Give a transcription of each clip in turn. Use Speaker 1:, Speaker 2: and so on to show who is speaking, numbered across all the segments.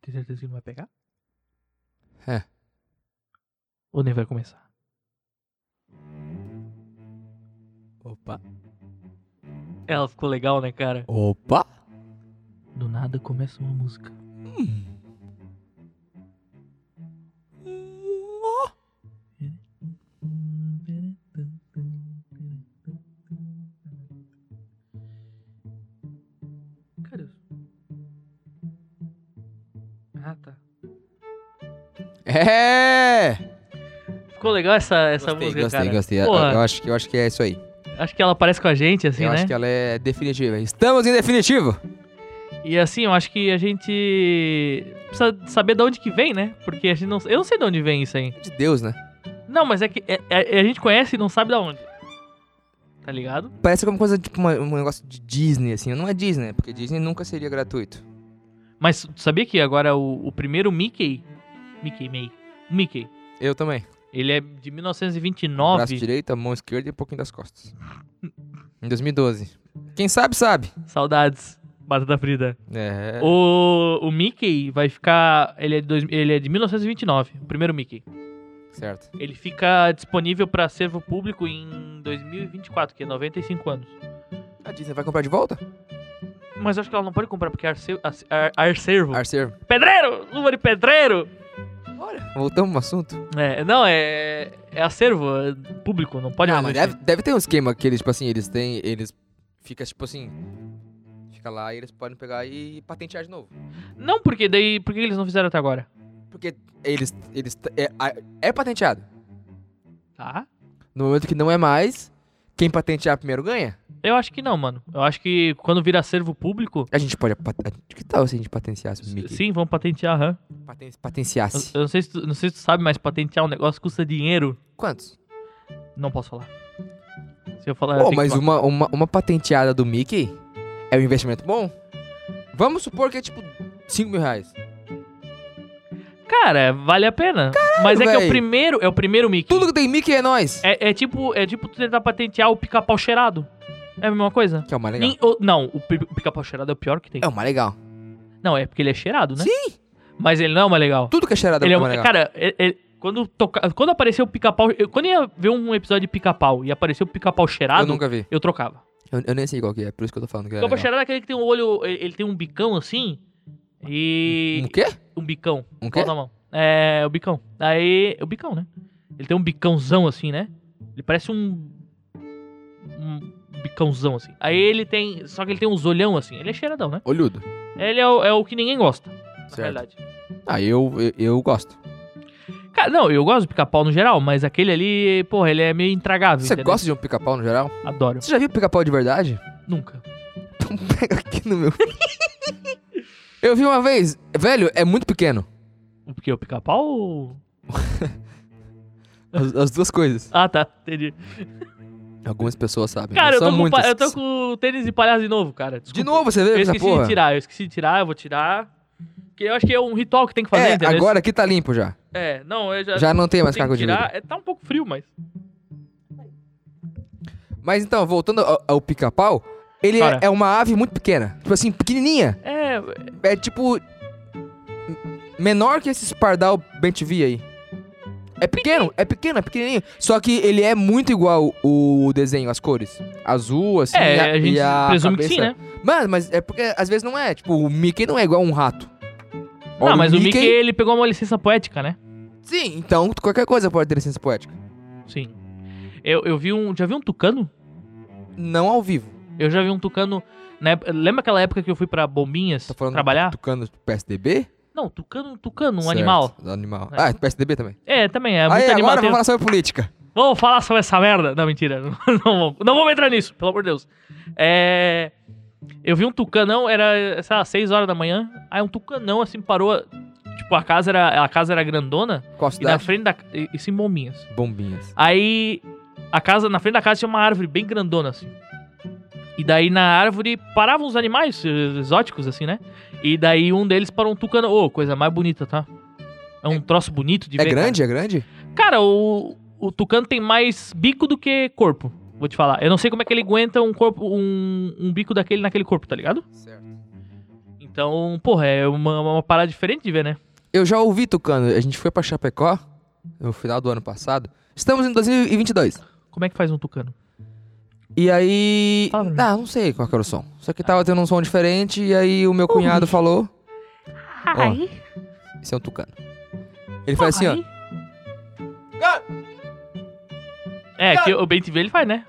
Speaker 1: Tem certeza que não vai pegar?
Speaker 2: É.
Speaker 1: Ou nem vai começar?
Speaker 2: Opa.
Speaker 1: Ela ficou legal, né, cara?
Speaker 2: Opa.
Speaker 1: Do nada começa uma música.
Speaker 2: Hum.
Speaker 1: Cara. Ah, tá.
Speaker 2: É!
Speaker 1: Ficou legal essa, essa
Speaker 2: gostei,
Speaker 1: música,
Speaker 2: gostei,
Speaker 1: cara.
Speaker 2: gostei. Eu-
Speaker 1: Porra,
Speaker 2: Eu acho, que, eu acho que é isso aí.
Speaker 1: acho que ela aparece com a gente, assim,
Speaker 2: eu
Speaker 1: né?
Speaker 2: acho que ela é definitiva. Estamos em definitivo!
Speaker 1: E assim, eu acho que a gente precisa saber de onde que vem, né? Porque a gente não. Eu não sei de onde vem isso aí.
Speaker 2: De Deus, né?
Speaker 1: Não, mas é que é- é- a gente conhece e não sabe de onde. Tá ligado?
Speaker 2: Parece como coisa, tipo, uma- um negócio de Disney, assim. Não é Disney, porque Disney nunca seria gratuito.
Speaker 1: Mas tu sabia que agora o, o primeiro Mickey. Mickey, May. Mickey.
Speaker 2: Eu também.
Speaker 1: Ele é de
Speaker 2: Braço
Speaker 1: 1929.
Speaker 2: direito, a mão esquerda e um pouquinho das costas. em 2012. Quem sabe, sabe.
Speaker 1: Saudades. Batata Frida.
Speaker 2: É.
Speaker 1: O, o Mickey vai ficar. Ele é, de dois- ele é de 1929, o primeiro Mickey.
Speaker 2: Certo.
Speaker 1: Ele fica disponível para acervo público em 2024, que é 95 anos.
Speaker 2: A Disney vai comprar de volta?
Speaker 1: Mas eu acho que ela não pode comprar porque é arce- ace- ar- arcervo.
Speaker 2: Arcervo.
Speaker 1: pedreiro! Luva de pedreiro!
Speaker 2: Olha, voltamos ao assunto.
Speaker 1: É, não, é. É acervo, é público, não pode
Speaker 2: não,
Speaker 1: mais
Speaker 2: mas
Speaker 1: mexer.
Speaker 2: deve, deve ter um esquema que eles, tipo assim, eles têm. Eles. Fica, tipo assim. Fica lá e eles podem pegar e patentear de novo.
Speaker 1: Não, porque daí. Por que eles não fizeram até agora?
Speaker 2: Porque eles. eles t- é, a- é patenteado.
Speaker 1: Tá?
Speaker 2: No momento que não é mais, quem patentear primeiro ganha.
Speaker 1: Eu acho que não, mano. Eu acho que quando vira acervo público.
Speaker 2: A gente pode. pat- a- Que tal se a gente patenteasse o Mickey?
Speaker 1: Sim, vamos patentear, aham.
Speaker 2: Paten- Patenteasse.
Speaker 1: Eu, eu não, sei se tu, não sei se tu sabe, mas patentear um negócio custa dinheiro.
Speaker 2: Quantos?
Speaker 1: Não posso falar. Se eu falar. Ah, eu
Speaker 2: Pô,
Speaker 1: tenho
Speaker 2: mas
Speaker 1: que falar.
Speaker 2: uma, uma, uma patenteada do Mickey é um investimento bom? Vamos supor que é tipo 5 mil reais.
Speaker 1: Cara, vale a pena. mas é que é o
Speaker 2: véi.
Speaker 1: primeiro. É o primeiro Mickey.
Speaker 2: Tudo que tem Mickey é nós.
Speaker 1: É, é tipo, é tipo tu tentar patentear o pica-pau cheirado. É a mesma coisa?
Speaker 2: Que é o mais legal.
Speaker 1: Nem- o- não, o pi- o pica-pau cheirado é o pior que tem.
Speaker 2: É o mais legal.
Speaker 1: Não, é porque ele é cheirado, né? Sim. Mas ele não é o mais legal.
Speaker 2: Tudo que é cheirado
Speaker 1: Ele
Speaker 2: é
Speaker 1: é
Speaker 2: o
Speaker 1: um-
Speaker 2: mais legal.
Speaker 1: cara, é- é- quando, toca, quando apareceu o pica-pau. eu- Quando ia ver um episódio de pica-pau e apareceu o pica-pau cheirado,
Speaker 2: Eu
Speaker 1: eu,
Speaker 2: nunca vi.
Speaker 1: trocava.
Speaker 2: Eu, eu nem sei qual que é, por isso que eu tô falando que é
Speaker 1: O pica-pau
Speaker 2: legal.
Speaker 1: cheirado é aquele que tem um olho. Ele, ele tem um bicão assim. E.
Speaker 2: Um quê?
Speaker 1: Um bicão.
Speaker 2: Um
Speaker 1: Qual
Speaker 2: quê?
Speaker 1: na mão? É, o bicão. Aí, o bicão, né? Ele tem um bicãozão assim, né? Ele parece um um bicãozão assim. Aí ele tem, só que ele tem uns olhão assim. Ele é cheiradão, né?
Speaker 2: Olhudo.
Speaker 1: Ele é o, é o que ninguém gosta, na
Speaker 2: Certo.
Speaker 1: realidade.
Speaker 2: Ah, eu, eu, eu gosto.
Speaker 1: Cara, não, eu gosto de pica-pau no geral, mas aquele ali, porra, ele é meio intragável.
Speaker 2: Você
Speaker 1: entendeu?
Speaker 2: gosta de um pica-pau no geral?
Speaker 1: Adoro.
Speaker 2: Você já viu pica-pau de verdade?
Speaker 1: Nunca.
Speaker 2: Então pega aqui no meu. eu vi uma vez. Velho, é muito pequeno.
Speaker 1: Porque o pica-pau.
Speaker 2: As, as duas coisas.
Speaker 1: Ah, tá, entendi.
Speaker 2: Algumas pessoas sabem.
Speaker 1: Cara, eu
Speaker 2: São
Speaker 1: tô, com,
Speaker 2: muitas.
Speaker 1: pa- eu tô com o tênis de palhaço de novo, cara.
Speaker 2: De
Speaker 1: Desculpa.
Speaker 2: novo, você
Speaker 1: Eu
Speaker 2: vê essa
Speaker 1: esqueci
Speaker 2: porra?
Speaker 1: de tirar, eu esqueci de tirar, eu vou tirar. Porque eu acho que é um ritual que tem que fazer,
Speaker 2: É,
Speaker 1: entendeu?
Speaker 2: agora aqui tá limpo já.
Speaker 1: É, não, eu já.
Speaker 2: Já não tem mais
Speaker 1: tenho
Speaker 2: cargo
Speaker 1: que
Speaker 2: de vidro.
Speaker 1: tirar. É, tá um pouco frio, mas.
Speaker 2: Mas então, voltando ao, ao pica-pau, ele é-
Speaker 1: Cara.
Speaker 2: é uma ave muito pequena. Tipo assim, pequenininha.
Speaker 1: É,
Speaker 2: É tipo. m- Menor que esses pardal bem vi aí. É pequeno, é pequeno, é pequenininho. Só que ele é muito igual o desenho, as cores. Azul, assim,
Speaker 1: é
Speaker 2: e
Speaker 1: a gente
Speaker 2: e
Speaker 1: presume que sim,
Speaker 2: cabeça.
Speaker 1: né?
Speaker 2: Mano, mas é porque às vezes não é. Tipo, o Mickey não é igual um rato. Olha
Speaker 1: não, mas o Mickey, ele pegou uma licença poética, né?
Speaker 2: Sim, então qualquer coisa pode ter licença poética.
Speaker 1: Sim. Eu, eu vi um. Já vi um tucano?
Speaker 2: Não ao vivo.
Speaker 1: Eu já vi um tucano. na ép- lembra aquela época que eu fui pra Bombinhas
Speaker 2: Tá falando
Speaker 1: trabalhar?
Speaker 2: Tucano do PSDB?
Speaker 1: Não, tucano, tucano, um
Speaker 2: Certo,
Speaker 1: animal.
Speaker 2: do Animal.
Speaker 1: É.
Speaker 2: Ah, do PSDB também.
Speaker 1: É, também, é
Speaker 2: Aí
Speaker 1: muito animal.
Speaker 2: agora
Speaker 1: tem-
Speaker 2: vamos falar sobre política.
Speaker 1: Vamos falar sobre essa merda? Não, mentira. Não, vamos, não vamos entrar nisso, pelo amor de Deus. É. Eu vi um tucanão, era, sei lá, 6 horas da manhã. Aí um tucanão, assim, parou. Tipo, a casa era, a casa era grandona.
Speaker 2: Qual a
Speaker 1: E na
Speaker 2: cidade?
Speaker 1: frente da. ca- e- Isso em Bombinhas.
Speaker 2: Bombinhas.
Speaker 1: Aí. A casa, na frente da casa tinha uma árvore bem grandona, assim. E daí na árvore paravam os animais eh, exóticos, assim, né? E daí um deles parou um tucano. Ô, coisa mais bonita, tá? É um troço bonito de
Speaker 2: É
Speaker 1: ver. cara.
Speaker 2: grande? É grande?
Speaker 1: Cara, o, o Tucano tem mais bico do que corpo. Vou te falar. Eu não sei como é que ele aguenta um corpo, um, um bico daquele naquele corpo, tá ligado?
Speaker 2: Certo.
Speaker 1: Então, porra, é uma, uma parada diferente de ver, né?
Speaker 2: Eu já ouvi Tucano, a gente foi pra Chapecó no final do ano passado. Estamos em 2022.
Speaker 1: Como é que faz um tucano?
Speaker 2: E aí.
Speaker 1: Fala pra mim.
Speaker 2: Ah, não sei qual que era o som. Só que tava tendo um som diferente e aí o meu cunhado falou:
Speaker 1: Ah,
Speaker 3: Ai,
Speaker 2: Isso é um tucano. Ele faz assim, ó.
Speaker 3: ai.
Speaker 1: É, que o Bem TV ele faz, né?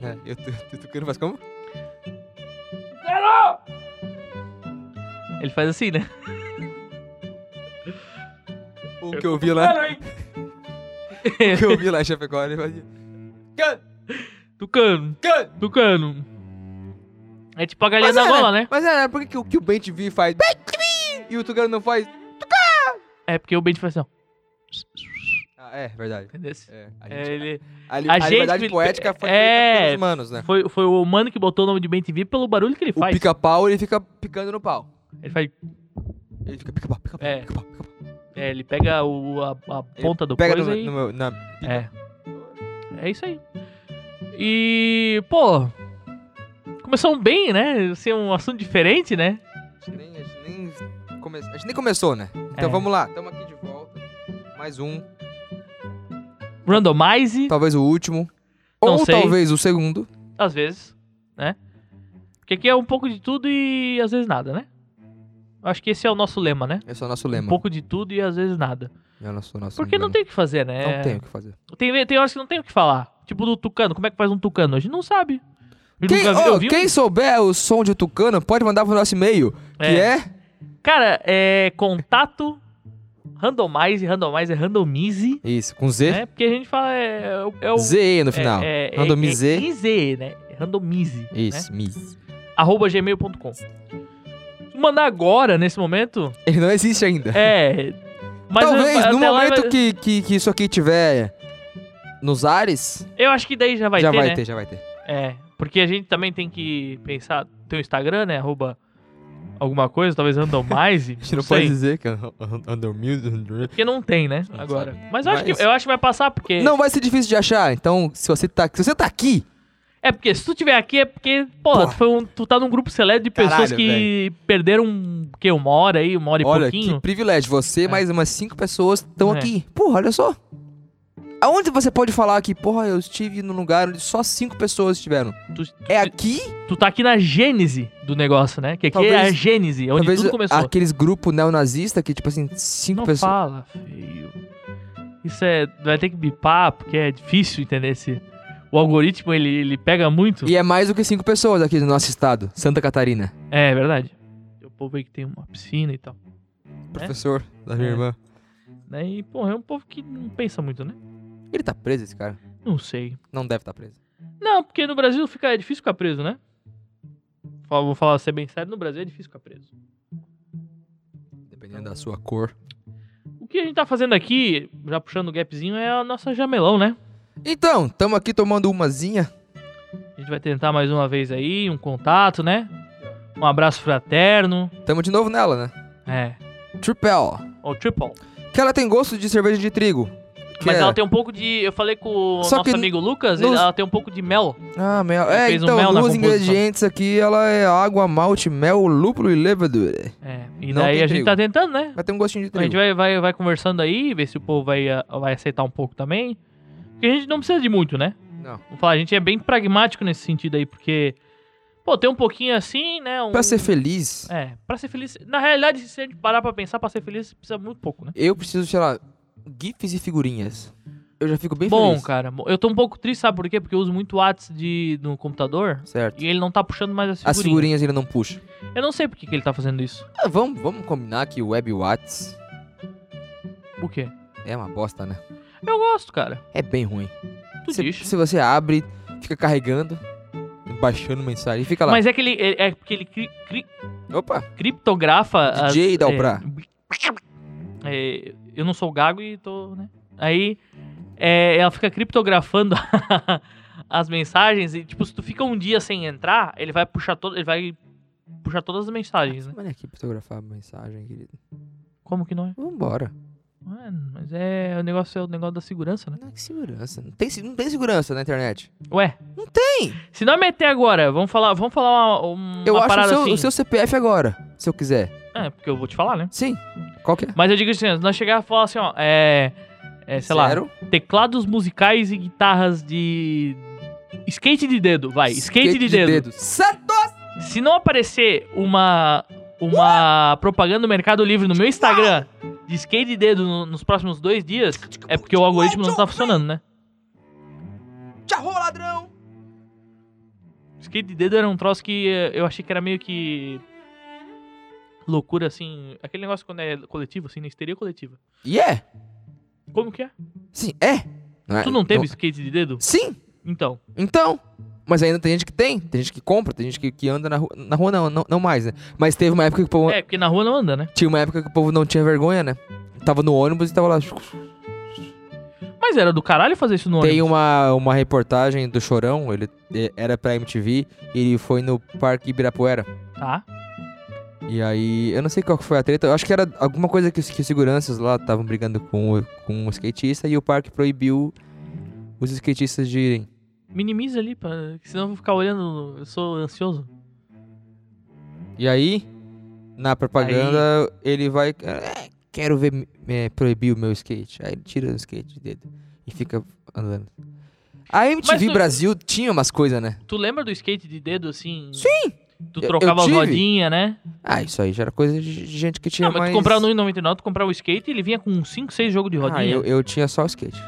Speaker 2: É, e o tu- o tucano faz como?
Speaker 1: Ele faz assim, né?
Speaker 2: O que eu vi lá. O que eu vi lá em Chapecó, ele assim. fazia.
Speaker 1: Tucano, tucano. É tipo a galinha da
Speaker 2: é,
Speaker 1: Angola, né?
Speaker 2: Mas é, por que, que o que o Ben TV faz? Ben TV! E o tucano não faz?
Speaker 1: É porque o Bem faz assim, ó.
Speaker 2: Ah, é, verdade.
Speaker 1: Entendeu?
Speaker 2: É, a
Speaker 1: É,
Speaker 2: gente-
Speaker 1: ele...
Speaker 2: a li-
Speaker 1: a
Speaker 2: a
Speaker 1: gente
Speaker 2: liberdade
Speaker 1: que-
Speaker 2: poética foi
Speaker 1: é,
Speaker 2: feita pelos humanos, né?
Speaker 1: foi, foi o mano que botou o nome de Bem TV pelo barulho que ele
Speaker 2: O
Speaker 1: faz.
Speaker 2: pica-pau, ele fica picando no pau.
Speaker 1: Ele faz.
Speaker 2: Ele fica pica-pau, pica-pau,
Speaker 1: É. Então
Speaker 2: pica-pau, pica-pau.
Speaker 1: É, ele pega o, a, a ponta do
Speaker 2: Pega
Speaker 1: coisa
Speaker 2: no,
Speaker 1: e...
Speaker 2: no meu... Na...
Speaker 1: É. É isso aí. E, pô. Começamos bem, né? Assim, um assunto diferente, né?
Speaker 2: A gente nem, a gente nem come- a gente nem começou, né?
Speaker 1: É.
Speaker 2: Então vamos lá, estamos aqui de volta. Mais um,
Speaker 1: Randomize,
Speaker 2: talvez o último.
Speaker 1: Não
Speaker 2: ou
Speaker 1: sei.
Speaker 2: talvez o segundo.
Speaker 1: às vezes, né? Porque aqui é um pouco de tudo e às vezes nada, né? Acho que esse é o nosso lema, né?
Speaker 2: Esse é o nosso
Speaker 1: Um
Speaker 2: lema.
Speaker 1: pouco de tudo e às vezes nada.
Speaker 2: É o nosso, nosso
Speaker 1: Porque não
Speaker 2: lema.
Speaker 1: tem o que fazer, né?
Speaker 2: Não tem o que fazer.
Speaker 1: Tem, tem horas que não tem o que falar. Tipo do tucano. Como é que faz um tucano? A gente não sabe. Eu
Speaker 2: Quem,
Speaker 1: nunca vi- eu
Speaker 2: ó,
Speaker 1: vi um-
Speaker 2: quem souber o som de tucano, pode mandar pro nosso e-mail. Que é...
Speaker 1: Cara, é contato randomize, randomize é randomize,
Speaker 2: Isso, com Z.
Speaker 1: né? Porque a gente fala é, é o
Speaker 2: Z no final.
Speaker 1: É, é,
Speaker 2: Randomize.
Speaker 1: É, é IZE, né? Randomize. Né?
Speaker 2: Isso, Miz.
Speaker 1: Arroba gmail.com. Se mandar agora, nesse momento,
Speaker 2: Ele não existe ainda.
Speaker 1: é. Mas
Speaker 2: Talvez,
Speaker 1: eu,
Speaker 2: no
Speaker 1: até lá
Speaker 2: momento
Speaker 1: vai-
Speaker 2: que, que, que isso aqui tiver nos ares,
Speaker 1: Eu acho que daí já vai
Speaker 2: já
Speaker 1: ter.
Speaker 2: vai
Speaker 1: né?
Speaker 2: ter, já vai ter.
Speaker 1: É. Porque a gente também tem que pensar. Tem o Instagram, né? Arroba alguma coisa, talvez randomize.
Speaker 2: A gente não
Speaker 1: sei.
Speaker 2: pode dizer que é under music.
Speaker 1: Porque não tem, né?
Speaker 2: Não
Speaker 1: Agora.
Speaker 2: sabe.
Speaker 1: Mas, eu acho
Speaker 2: Mas-
Speaker 1: que, eu acho que vai passar porque.
Speaker 2: Não vai ser difícil de achar, então se você tá, se você tá aqui,
Speaker 1: É porque se tu tiver aqui é porque, porra,
Speaker 2: Porra.
Speaker 1: Tu, foi um- tu tá num grupo seleto de pessoas
Speaker 2: Caralho,
Speaker 1: que perderam, o quê? Uma hora aí, uma hora e
Speaker 2: olha
Speaker 1: pouquinho.
Speaker 2: que privilégio, você e mais umas cinco pessoas estão
Speaker 1: É.
Speaker 2: aqui. Porra, olha só. Aonde você pode falar que, porra, eu estive num lugar onde só cinco pessoas estiveram?
Speaker 1: Tu-
Speaker 2: É aqui?
Speaker 1: Tu tá aqui na gênese do negócio, né? Que aqui é a
Speaker 2: Talvez-
Speaker 1: gênese, é onde
Speaker 2: Talvez
Speaker 1: tudo começou.
Speaker 2: aqueles grupos neonazistas que, tipo assim, cinco
Speaker 1: Não
Speaker 2: pessoas.
Speaker 1: fala, feio. Isso é. Vai ter que bipar, porque é difícil entender esse. O algoritmo, ele, ele pega muito.
Speaker 2: E é mais do que cinco pessoas aqui no nosso estado, Santa Catarina.
Speaker 1: É, é verdade. O povo aí que tem uma piscina e tal.
Speaker 2: Professor da minha
Speaker 1: É.
Speaker 2: irmã.
Speaker 1: Né? E, porra, é um povo que não pensa muito, né?
Speaker 2: Ele tá preso, esse cara?
Speaker 1: Não sei.
Speaker 2: Não deve estar tá preso.
Speaker 1: Não, porque no Brasil fica, é difícil ficar preso, né? Fala- Vou falar ser bem sério, no Brasil é difícil ficar preso.
Speaker 2: Dependendo da sua cor.
Speaker 1: O que a gente tá fazendo aqui, já puxando o gapzinho, é a nossa jamelão, né?
Speaker 2: Então, tamo aqui tomando umazinha.
Speaker 1: A gente vai tentar mais uma vez aí, um contato, né? Um abraço fraterno.
Speaker 2: Tamo de novo nela, né?
Speaker 1: É.
Speaker 2: Tripel.
Speaker 1: Ou triple.
Speaker 2: Que ela tem gosto de cerveja de trigo. Que
Speaker 1: Mas
Speaker 2: é-
Speaker 1: ela tem um pouco de. Eu falei com o
Speaker 2: Só
Speaker 1: nosso
Speaker 2: que
Speaker 1: amigo Lucas,
Speaker 2: nos-
Speaker 1: ele- ela tem um pouco de mel.
Speaker 2: Ah, mel.
Speaker 1: Ela
Speaker 2: É,
Speaker 1: fez um
Speaker 2: então,
Speaker 1: mel na
Speaker 2: os
Speaker 1: composição.
Speaker 2: ingredientes aqui, ela é água, malte, mel, lúpulo e levedura.
Speaker 1: É. E
Speaker 2: Não
Speaker 1: daí
Speaker 2: tem
Speaker 1: a gente
Speaker 2: trigo.
Speaker 1: tá tentando, né?
Speaker 2: Vai ter um gostinho de
Speaker 1: A gente
Speaker 2: trigo.
Speaker 1: vai, vai, vai conversando aí, ver se o povo vai, ah, vai aceitar um pouco também. Porque a gente não precisa de muito, né?
Speaker 2: Não.
Speaker 1: Vamos falar, a gente é bem pragmático nesse sentido aí, porque. Pô, tem um pouquinho assim, né? Um...
Speaker 2: Pra ser feliz,
Speaker 1: É, pra ser feliz. Na realidade, se a gente parar pra pensar, pra ser feliz, precisa muito pouco, né?
Speaker 2: eu preciso, sei lá, gifs e figurinhas. Eu já fico bem
Speaker 1: Bom,
Speaker 2: feliz.
Speaker 1: cara, bom. eu tô um pouco triste, sabe por quê? Porque eu uso muito Whats de no computador
Speaker 2: Certo.
Speaker 1: e ele não tá puxando mais as
Speaker 2: As
Speaker 1: figurinhas.
Speaker 2: figurinhas ele não puxa.
Speaker 1: Eu não sei por que, que ele tá fazendo isso.
Speaker 2: Ah, vamos, vamos combinar que o Web Whats
Speaker 1: Por quê?
Speaker 2: é uma bosta, né?
Speaker 1: Eu gosto, cara.
Speaker 2: É bem ruim.
Speaker 1: Tu
Speaker 2: se,
Speaker 1: diz.
Speaker 2: se você abre, fica carregando, baixando mensagem, fica lá.
Speaker 1: Mas é que ele é, é porque ele cri- cri-
Speaker 2: Opa,
Speaker 1: criptografa as-
Speaker 2: DJ Dalprá.
Speaker 1: É, é, eu não sou gago e tô, né? Aí é, ela fica criptografando as mensagens e tipo se tu fica um dia sem entrar, ele vai puxar todo, ele vai puxar todas as mensagens, né?
Speaker 2: olha aqui pra fotografar a mensagem, querido.
Speaker 1: Como que não é?
Speaker 2: Vambora.
Speaker 1: Mano, mas é o negócio é o negócio da segurança, né?
Speaker 2: Não, que segurança. Não tem, se- não tem segurança na internet.
Speaker 1: Ué.
Speaker 2: Não tem!
Speaker 1: Se não meter agora, vamos falar, vamos falar uma, uma
Speaker 2: Eu acho o
Speaker 1: parada
Speaker 2: seu,
Speaker 1: assim.
Speaker 2: o seu CPF agora. se eu quiser.
Speaker 1: É, porque eu vou te falar, né?
Speaker 2: Sim. Qual que é?
Speaker 1: Mas eu digo assim, se nós chegar e falar assim, ó, é. é, sei lá,
Speaker 2: Zero.
Speaker 1: teclados musicais e guitarras de. Skate de dedo, vai. Skate, de, dedo.
Speaker 2: Certo!
Speaker 1: Se não aparecer uma. Uma propaganda do Mercado Livre no meu Instagram de skate de dedo no- nos próximos dois dias, é porque o algoritmo não tá funcionando, né?
Speaker 2: Tchau, ladrão!
Speaker 1: Skate de dedo era um troço que eh, eu achei que era meio que. Loucura, assim. Aquele negócio quando é coletivo, assim, na histeria coletiva.
Speaker 2: E é?
Speaker 1: Como que é?
Speaker 2: Sim, é. é,
Speaker 1: Tu Ah, não teve skate de dedo?
Speaker 2: Sim,
Speaker 1: Então.
Speaker 2: então. Mas ainda tem gente que tem, tem gente que compra, tem gente que, que anda na rua. Na rua não, não, não mais, né? Mas teve uma época que o povo.
Speaker 1: É, porque na rua não anda, né?
Speaker 2: Tinha uma época que o povo não tinha vergonha, né? Tava no ônibus e tava lá.
Speaker 1: Mas era do caralho fazer isso no
Speaker 2: Tem
Speaker 1: ônibus.
Speaker 2: uma, uma reportagem do Chorão, ele eh, era pra MTV, e ele foi no Parque Ibirapuera.
Speaker 1: Tá.
Speaker 2: E aí, eu não sei qual que foi a treta, eu acho que era alguma coisa que, os- que os seguranças lá estavam brigando com, o- com o skatista e o parque proibiu os skatistas de irem.
Speaker 1: Minimiza ali, pra... senão eu vou ficar olhando. Eu sou ansioso.
Speaker 2: E aí, na propaganda, ele vai. "É, quero ver eh, proibir o meu skate. Aí ele tira o skate de dedo e fica andando. A MTV
Speaker 1: tu-
Speaker 2: Brasil tinha umas coisas, né?
Speaker 1: Tu lembra do skate de dedo assim? Sim! Tu
Speaker 2: Eu- eu
Speaker 1: trocava as
Speaker 2: tive.
Speaker 1: rodinhas, né?
Speaker 2: Ah, isso aí já era coisa de de gente que tinha
Speaker 1: não, mas
Speaker 2: mais.
Speaker 1: tu comprava no 1,99, tu comprava o skate e ele vinha com 5, 6 jogos de
Speaker 2: Ah,
Speaker 1: rodinha.
Speaker 2: eu, eu tinha só o skate.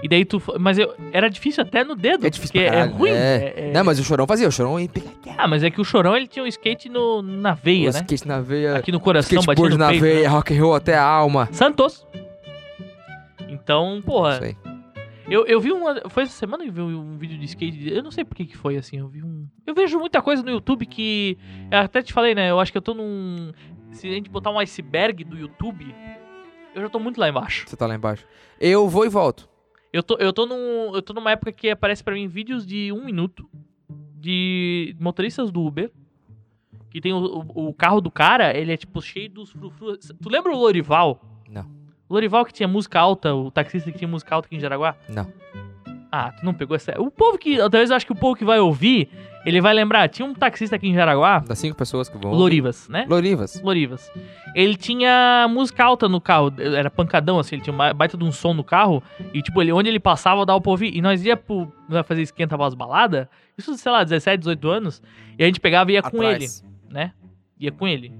Speaker 1: E daí tu. fa- Mas eu... era difícil até no dedo.
Speaker 2: É difícil
Speaker 1: porque
Speaker 2: pra
Speaker 1: é
Speaker 2: caralho,
Speaker 1: ruim.
Speaker 2: é.
Speaker 1: é- é-
Speaker 2: Não, mas o chorão fazia, o chorão ia pegar
Speaker 1: Ah, mas é que o chorão ele tinha um skate no... na veia,
Speaker 2: o
Speaker 1: né?
Speaker 2: skate na veia,
Speaker 1: Aqui no coração, batia
Speaker 2: skateboard
Speaker 1: no
Speaker 2: na
Speaker 1: peito, né?
Speaker 2: veia, rock and roll até a alma.
Speaker 1: Santos! Então, porra.
Speaker 2: Isso aí.
Speaker 1: Eu, eu vi uma. Foi essa semana que eu vi um vídeo de skate. Eu não sei por que que foi assim. Eu vi um. Eu vejo muita coisa no YouTube que. Eu até te falei, né? Eu acho que eu tô num. Se a gente botar um iceberg do YouTube, eu já tô muito lá embaixo.
Speaker 2: Você tá lá embaixo. Eu vou e volto.
Speaker 1: Eu tô, eu tô num. Eu tô numa época que aparece pra mim vídeos de um minuto de motoristas do Uber. Que tem o, o- o carro do cara, ele é tipo cheio dos frufru. Tu lembra o Lorival?
Speaker 2: Não.
Speaker 1: O Lorival que tinha música alta, o taxista que tinha música alta aqui em Jaraguá?
Speaker 2: Não.
Speaker 1: Ah, tu não pegou essa. O povo que. Talvez eu acho que o povo que vai ouvir, ele vai lembrar. Tinha um taxista aqui em Jaraguá,
Speaker 2: Das cinco pessoas que vão.
Speaker 1: o Lorivas, Ah. né?
Speaker 2: Lorivas.
Speaker 1: Lorivas. Ele tinha música alta no carro, era pancadão, assim, ele tinha uma baita de um som no carro, e tipo, ele, onde ele passava, dava pra ouvir, e nós ia pro, nós fazer esquenta as baladas, isso, sei lá, 17, 18 anos, e a gente pegava e ia com ele,
Speaker 2: Atrás.
Speaker 1: né? Ia com ele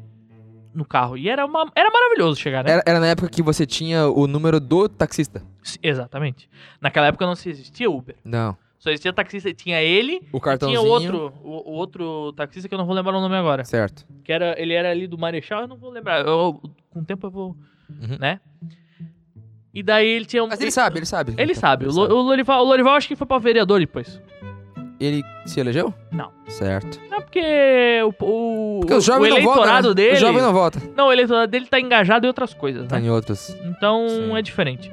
Speaker 1: no carro, e era, uma, era maravilhoso chegar, né?
Speaker 2: Era, era na época que você tinha o número do taxista.
Speaker 1: S- Exatamente. Naquela época não se existia Uber,
Speaker 2: Não.
Speaker 1: só existia taxista, tinha ele,
Speaker 2: O
Speaker 1: e tinha
Speaker 2: cartãozinho.
Speaker 1: outro, o, o outro taxista que eu não vou lembrar o nome agora.
Speaker 2: Certo.
Speaker 1: que era, ele era ali do Marechal, eu não vou lembrar. Eu- com o tempo eu vou.
Speaker 2: Uhum.
Speaker 1: Né? E daí ele tinha. um-
Speaker 2: Mas ele sabe, ele sabe.
Speaker 1: Ele sabe. O, Lo- o Lorival, o Lorival acho que foi pra vereador depois.
Speaker 2: Ele se elegeu?
Speaker 1: Não.
Speaker 2: Certo.
Speaker 1: Não, porque o, o,
Speaker 2: Porque o jovem
Speaker 1: o
Speaker 2: não vota.
Speaker 1: eleitorado
Speaker 2: né?
Speaker 1: dele.
Speaker 2: O jovem não vota.
Speaker 1: não, o eleitorado dele tá engajado em outras coisas,
Speaker 2: Tá
Speaker 1: né?
Speaker 2: em outras.
Speaker 1: Então
Speaker 2: Sim.
Speaker 1: é diferente.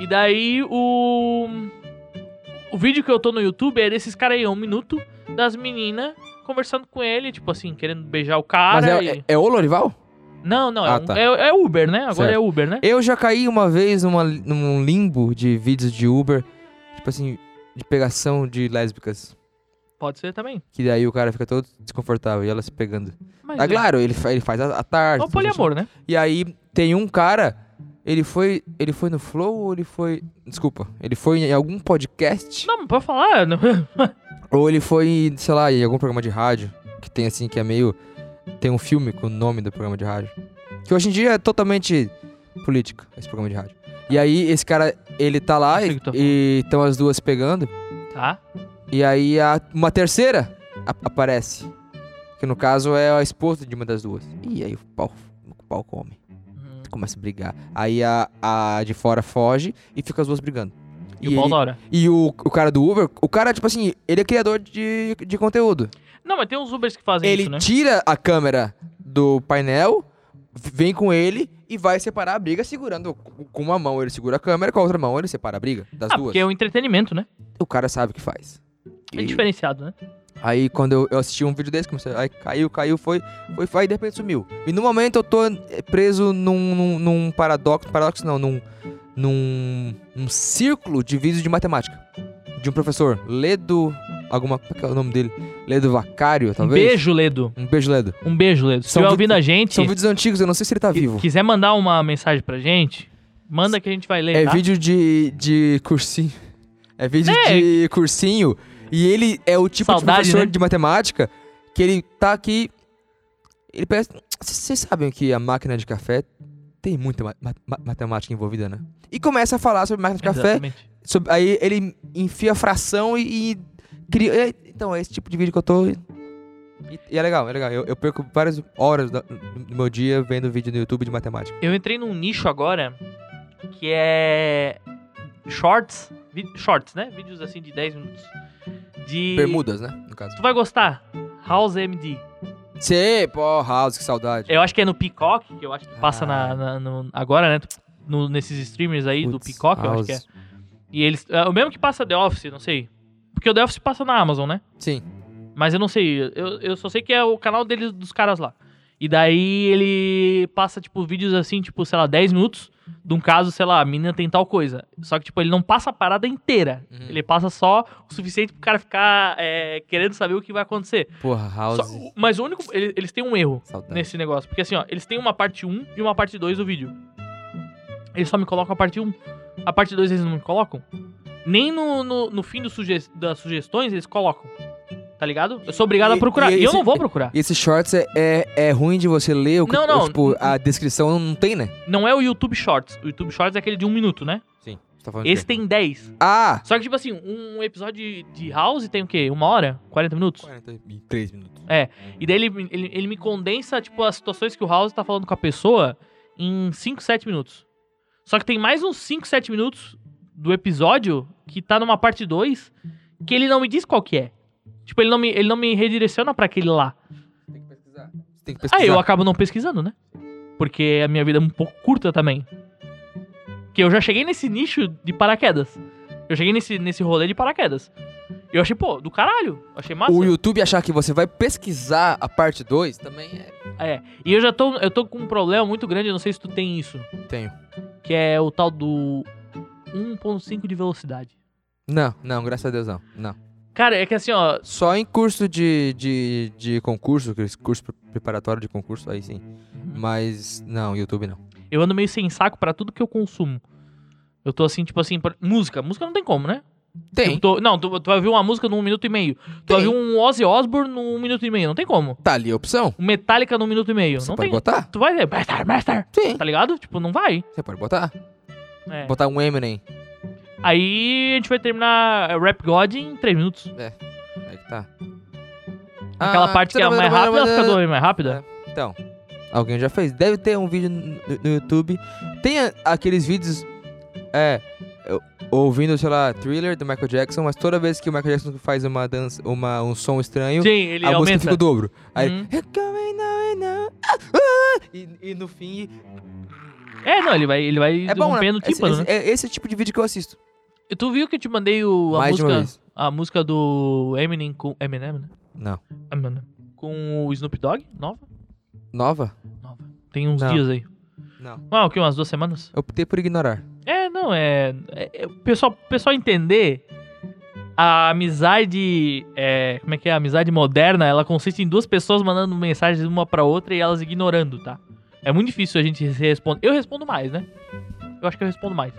Speaker 1: E daí o. O vídeo que eu tô no YouTube é desses caras aí, um minuto, das meninas conversando com ele, tipo assim, querendo beijar o
Speaker 2: Mas
Speaker 1: cara.
Speaker 2: é,
Speaker 1: e-
Speaker 2: é- é o Lorival?
Speaker 1: Não, não,
Speaker 2: Ah,
Speaker 1: é, um-
Speaker 2: tá.
Speaker 1: é, é Uber, né? Agora
Speaker 2: Certo.
Speaker 1: é Uber, né?
Speaker 2: Eu já caí uma vez numa, num limbo de vídeos de Uber, tipo assim, de pegação de lésbicas.
Speaker 1: Pode ser também.
Speaker 2: Que daí o cara fica todo desconfortável e ela se pegando.
Speaker 1: Mas
Speaker 2: Ah, claro, ele, fa- ele faz a, a tarde.
Speaker 1: É o
Speaker 2: tudo
Speaker 1: é. poliamor, né?
Speaker 2: certinho. E aí tem um cara, ele foi. Ele foi no Flow ou ele foi. Desculpa. Ele foi em algum podcast.
Speaker 1: Não, mas pode falar. né? não-
Speaker 2: Ou ele foi, sei lá, em algum programa de rádio. Que tem assim, que é meio. Tem um filme com o nome do programa de rádio. Que hoje em dia é totalmente política, esse programa de rádio. E aí, esse cara, ele tá lá
Speaker 1: sei o
Speaker 2: e
Speaker 1: que tu tá
Speaker 2: estão as duas pegando.
Speaker 1: Tá.
Speaker 2: E aí, a- uma terceira a- aparece. Que no caso é a esposa de uma das duas. E aí, o pau, o pau come.
Speaker 1: Hum,
Speaker 2: Começa a brigar. Aí, a, a de fora foge e fica as duas brigando.
Speaker 1: E, o pau
Speaker 2: ele-
Speaker 1: da hora.
Speaker 2: e o, o cara do Uber, o cara, tipo assim, ele é criador de, de conteúdo.
Speaker 1: Não, mas tem uns Ubers que fazem
Speaker 2: Ele
Speaker 1: isso, né?
Speaker 2: tira a câmera do painel, v- vem com ele e vai separar a briga segurando. Com uma mão ele segura a câmera, com a outra mão ele separa a briga das
Speaker 1: Ah,
Speaker 2: duas.
Speaker 1: porque é um entretenimento, né?
Speaker 2: O cara sabe o que faz.
Speaker 1: É
Speaker 2: E-
Speaker 1: diferenciado, né?
Speaker 2: Aí quando eu, eu assisti um vídeo desse, comecei, aí caiu, caiu, foi, foi, foi, aí de repente sumiu. E no momento eu tô eh, preso num, num, num paradoxo, paradoxo não, num, num, num círculo de vídeos de matemática. De um professor, lê do alguma. Como é que é o nome dele? Ledo Vacário,
Speaker 1: Um
Speaker 2: talvez?
Speaker 1: beijo, Ledo.
Speaker 2: Um beijo, Ledo.
Speaker 1: Um beijo, Ledo. Se
Speaker 2: São
Speaker 1: estiver
Speaker 2: vi-
Speaker 1: ouvindo a gente,
Speaker 2: São vídeos antigos, eu não sei se ele tá
Speaker 1: qui-
Speaker 2: vivo.
Speaker 1: quiser mandar uma mensagem pra gente, manda que a gente vai ler,
Speaker 2: É
Speaker 1: tá?
Speaker 2: vídeo de, de cursinho. É vídeo
Speaker 1: É.
Speaker 2: de cursinho. E ele é o tipo
Speaker 1: Saudade,
Speaker 2: de professor
Speaker 1: né?
Speaker 2: de matemática que ele tá aqui. Ele parece. Vocês sabem que a máquina de café tem muita ma- ma- matemática envolvida, né? E começa a falar sobre máquina de café.
Speaker 1: Exatamente.
Speaker 2: sobre- aí ele enfia fração e, e cria. é, Então, é esse tipo de vídeo que eu tô. E, e é legal, é legal. Eu, eu perco várias horas da- do meu dia vendo vídeo no YouTube de matemática.
Speaker 1: Eu entrei num nicho agora que é shorts, vi- shorts, né? Vídeos assim de 10 minutos. De
Speaker 2: Bermudas, né? No caso.
Speaker 1: Tu vai gostar? House MD.
Speaker 2: Sim, pô, House, que saudade.
Speaker 1: Eu acho que é no Peacock, que eu acho que passa
Speaker 2: Ah.
Speaker 1: na, na- no- agora, né? No- nesses streamers aí do
Speaker 2: Putz,
Speaker 1: Peacock, eu acho que é.
Speaker 2: House.
Speaker 1: E eles. É o mesmo que passa The Office, não sei. Porque o The Office passa na Amazon, né?
Speaker 2: Sim.
Speaker 1: Mas eu não sei. Eu, eu só sei que é o canal deles, dos caras lá. E daí ele passa, tipo, vídeos assim, tipo, sei lá, 10 minutos de um caso, sei lá, a menina tem tal coisa. Só que, tipo, ele não passa a parada inteira.
Speaker 2: Uhum.
Speaker 1: Ele passa só o suficiente pro cara ficar é, querendo saber o que vai acontecer.
Speaker 2: Porra, House.
Speaker 1: é Só- o- mas o único. ele- eles têm um erro
Speaker 2: Saudade.
Speaker 1: nesse negócio. Porque assim, ó, eles têm uma parte 1 e uma parte 2 do vídeo. Eles só me colocam a parte 1. A parte 2 eles não me colocam. Nem no, no, no fim do suge- das sugestões eles colocam. Tá ligado? Eu sou obrigado a
Speaker 2: E-
Speaker 1: procurar.
Speaker 2: e
Speaker 1: E, eu
Speaker 2: esse-
Speaker 1: não vou procurar.
Speaker 2: E esses shorts é, é, é ruim de você ler o que
Speaker 1: Não,
Speaker 2: ou,
Speaker 1: não.
Speaker 2: tipo, a descrição não tem, né?
Speaker 1: Não é o YouTube Shorts. O YouTube Shorts é aquele de um minuto, né?
Speaker 2: Sim. Tá falando de
Speaker 1: Esse
Speaker 2: quê?
Speaker 1: tem 10.
Speaker 2: Ah!
Speaker 1: Só que, tipo assim, um episódio de- de House tem o quê? Uma hora? 40 minutos?
Speaker 2: 43 minutos.
Speaker 1: E daí ele, ele, ele me condensa, tipo, as situações que o House tá falando com a pessoa em 5, 7 minutos. Só que tem mais uns 5, 7 minutos do episódio que tá numa parte 2 que ele não me diz qual que é. Tipo, ele não me, ele não me redireciona pra aquele lá.
Speaker 2: Tem que pesquisar. Você tem que pesquisar.
Speaker 1: Aí Ah, eu acabo não pesquisando, né? Porque a minha vida é um pouco curta também. Que eu já cheguei nesse nicho de paraquedas. Eu cheguei nesse, nesse rolê de paraquedas. Eu achei, pô, do caralho. Achei massa.
Speaker 2: O YouTube achar que você vai pesquisar a parte 2 também é.
Speaker 1: É. E eu já tô, eu tô com um problema muito grande, eu não sei se tu tem isso.
Speaker 2: Tenho.
Speaker 1: que é o tal do 1.5 de velocidade.
Speaker 2: Não, não, graças a Deus não. Não.
Speaker 1: Cara, é que assim, ó,
Speaker 2: Só em curso de, de, de concurso, aqueles cursos pre- preparatório de concurso, aí sim.
Speaker 1: Uhum.
Speaker 2: Mas não, YouTube não.
Speaker 1: eu ando meio sem saco pra tudo que eu consumo. Eu tô assim, tipo assim, por- música. Música não tem como, né?
Speaker 2: Tem.
Speaker 1: Tipo, tu- não, tu, tu vai ouvir uma música num minuto e meio. Tu vai
Speaker 2: Tem.
Speaker 1: ouvir um Ozzy Osbourne num minuto e meio. Não tem como.
Speaker 2: Tá ali a opção.
Speaker 1: Um Metallica num minuto e meio.
Speaker 2: Você
Speaker 1: não
Speaker 2: pode
Speaker 1: tem.
Speaker 2: botar?
Speaker 1: Tu vai ver, master, master.
Speaker 2: Sim.
Speaker 1: Tá ligado? Tipo, não vai.
Speaker 2: Você pode botar.
Speaker 1: É.
Speaker 2: Botar um Eminem.
Speaker 1: Aí a gente vai terminar é, Rap God em 3 minutos.
Speaker 2: É que tá. Ah,
Speaker 1: Aquela parte que é a mais rápida, ela fica dois mais rápida.
Speaker 2: Então, alguém já fez. Deve ter um vídeo no, no YouTube. Tem a- aqueles vídeos. É. eu- Ouvindo, sei lá, thriller do Michael Jackson, mas toda vez que o Michael Jackson faz uma dança, uma, um som estranho,
Speaker 1: Sim, ele
Speaker 2: a música
Speaker 1: aumenta.
Speaker 2: fica o dobro. Aí.
Speaker 1: Uhum.
Speaker 2: "You're coming now, now, ah, ah", E, e no fim.
Speaker 1: É, não, ele vai, ele vai
Speaker 2: É bom, né?
Speaker 1: rompendo o
Speaker 2: Esse,
Speaker 1: tímpano, né?
Speaker 2: esse- é esse tipo de vídeo que eu assisto.
Speaker 1: E Tu viu que eu te mandei o, a
Speaker 2: mais de
Speaker 1: música
Speaker 2: uma vez.
Speaker 1: a música do Eminem com Eminem, né?
Speaker 2: Não.
Speaker 1: Eminem. com o Snoop Dogg, nova?
Speaker 2: Nova?
Speaker 1: Nova. Tem uns
Speaker 2: Não.
Speaker 1: dias aí.
Speaker 2: Não.
Speaker 1: Ah, o que umas duas semanas?
Speaker 2: Eu optei por ignorar.
Speaker 1: É, não é, é, é- o pessoal, o pessoal entender a amizade, é, como é que é? A amizade moderna, ela consiste em duas pessoas mandando mensagens uma pra outra e elas ignorando, tá? É muito difícil a gente se responder. Eu respondo mais, né? Eu acho que eu respondo mais.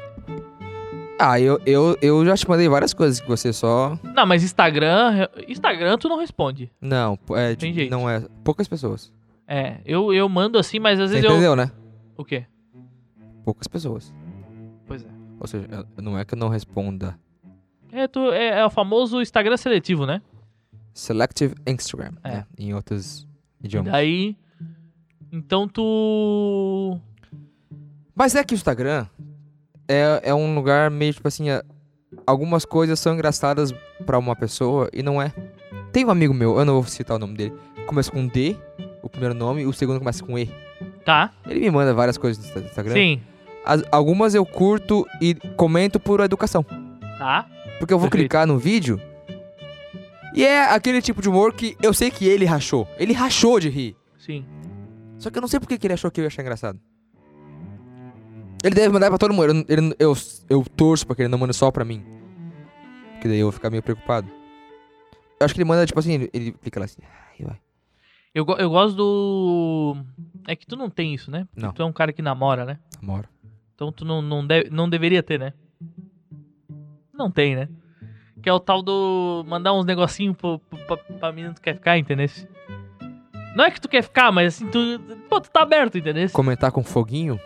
Speaker 2: Ah, eu, eu, eu já te mandei várias coisas que você só.
Speaker 1: Não, mas Instagram, Instagram tu não responde.
Speaker 2: Não, é,
Speaker 1: Tem
Speaker 2: tipo,
Speaker 1: jeito.
Speaker 2: não é. Poucas pessoas.
Speaker 1: É, eu, eu mando assim, mas às
Speaker 2: Você
Speaker 1: vezes eu
Speaker 2: entendeu, né?
Speaker 1: O quê?
Speaker 2: Poucas pessoas.
Speaker 1: Pois é.
Speaker 2: Ou seja, eu- não é que eu não responda.
Speaker 1: É, tu, é, é o famoso Instagram seletivo, né?
Speaker 2: Selective Instagram,
Speaker 1: É.
Speaker 2: né? Em outros idiomas.
Speaker 1: Daí. Então tu.
Speaker 2: Mas é que o Instagram é, é um lugar meio tipo assim. é- algumas coisas são engraçadas pra uma pessoa e não é. Tem um amigo meu, eu não vou citar o nome dele. Começa com D, o primeiro nome, e o segundo começa com E.
Speaker 1: Tá.
Speaker 2: Ele me manda várias coisas no Insta- Instagram.
Speaker 1: Sim.
Speaker 2: As- algumas eu curto e comento por educação.
Speaker 1: Tá.
Speaker 2: Porque eu vou
Speaker 1: Perfeito.
Speaker 2: clicar no vídeo. E é aquele tipo de humor que eu sei que ele rachou. Ele rachou de rir.
Speaker 1: Sim.
Speaker 2: Só que eu não sei porque que ele achou que eu ia achar engraçado. Ele deve mandar pra todo mundo. Eu, não- ele não- eu, eu torço pra que ele não mande só pra mim. Porque daí eu vou ficar meio preocupado. Eu acho que ele manda, tipo assim, ele, ele clica lá assim. ai, vai.
Speaker 1: Eu, go- eu gosto do. É que tu não tem isso, né? Porque
Speaker 2: Não.
Speaker 1: Tu é um cara que namora, né?
Speaker 2: Namora.
Speaker 1: Então tu não, não, deve, não deveria ter, né? Não tem, né? Que é o tal do. mandar uns negocinhos pro, pro, pra, pra menina que tu quer ficar, entendeu? Não é que tu quer ficar, mas assim, tu. Pô, tu tá aberto, entendeu?
Speaker 2: Comentar com foguinho.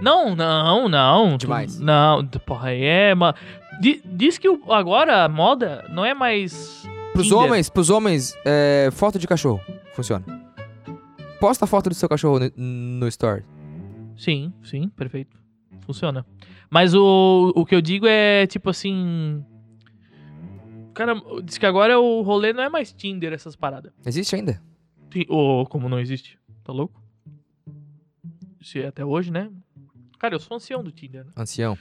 Speaker 1: Não, não, não. Tu-
Speaker 2: Demais.
Speaker 1: não, tu- porra, aí é. Uma... Di- Diz que o- agora a moda não é mais.
Speaker 2: Pros
Speaker 1: Tinder.
Speaker 2: homens, pros homens, é, foto de cachorro. Funciona. Posta a foto do seu cachorro no, no store.
Speaker 1: Sim, sim, perfeito. Funciona. Mas o, o que eu digo é, tipo assim. Cara, diz que agora o rolê não é mais Tinder, essas paradas.
Speaker 2: Existe ainda?
Speaker 1: Ti- Ô, como não existe? Tá louco? Se é até hoje, né? Cara, eu sou ancião do Tinder, né?
Speaker 2: Ancião.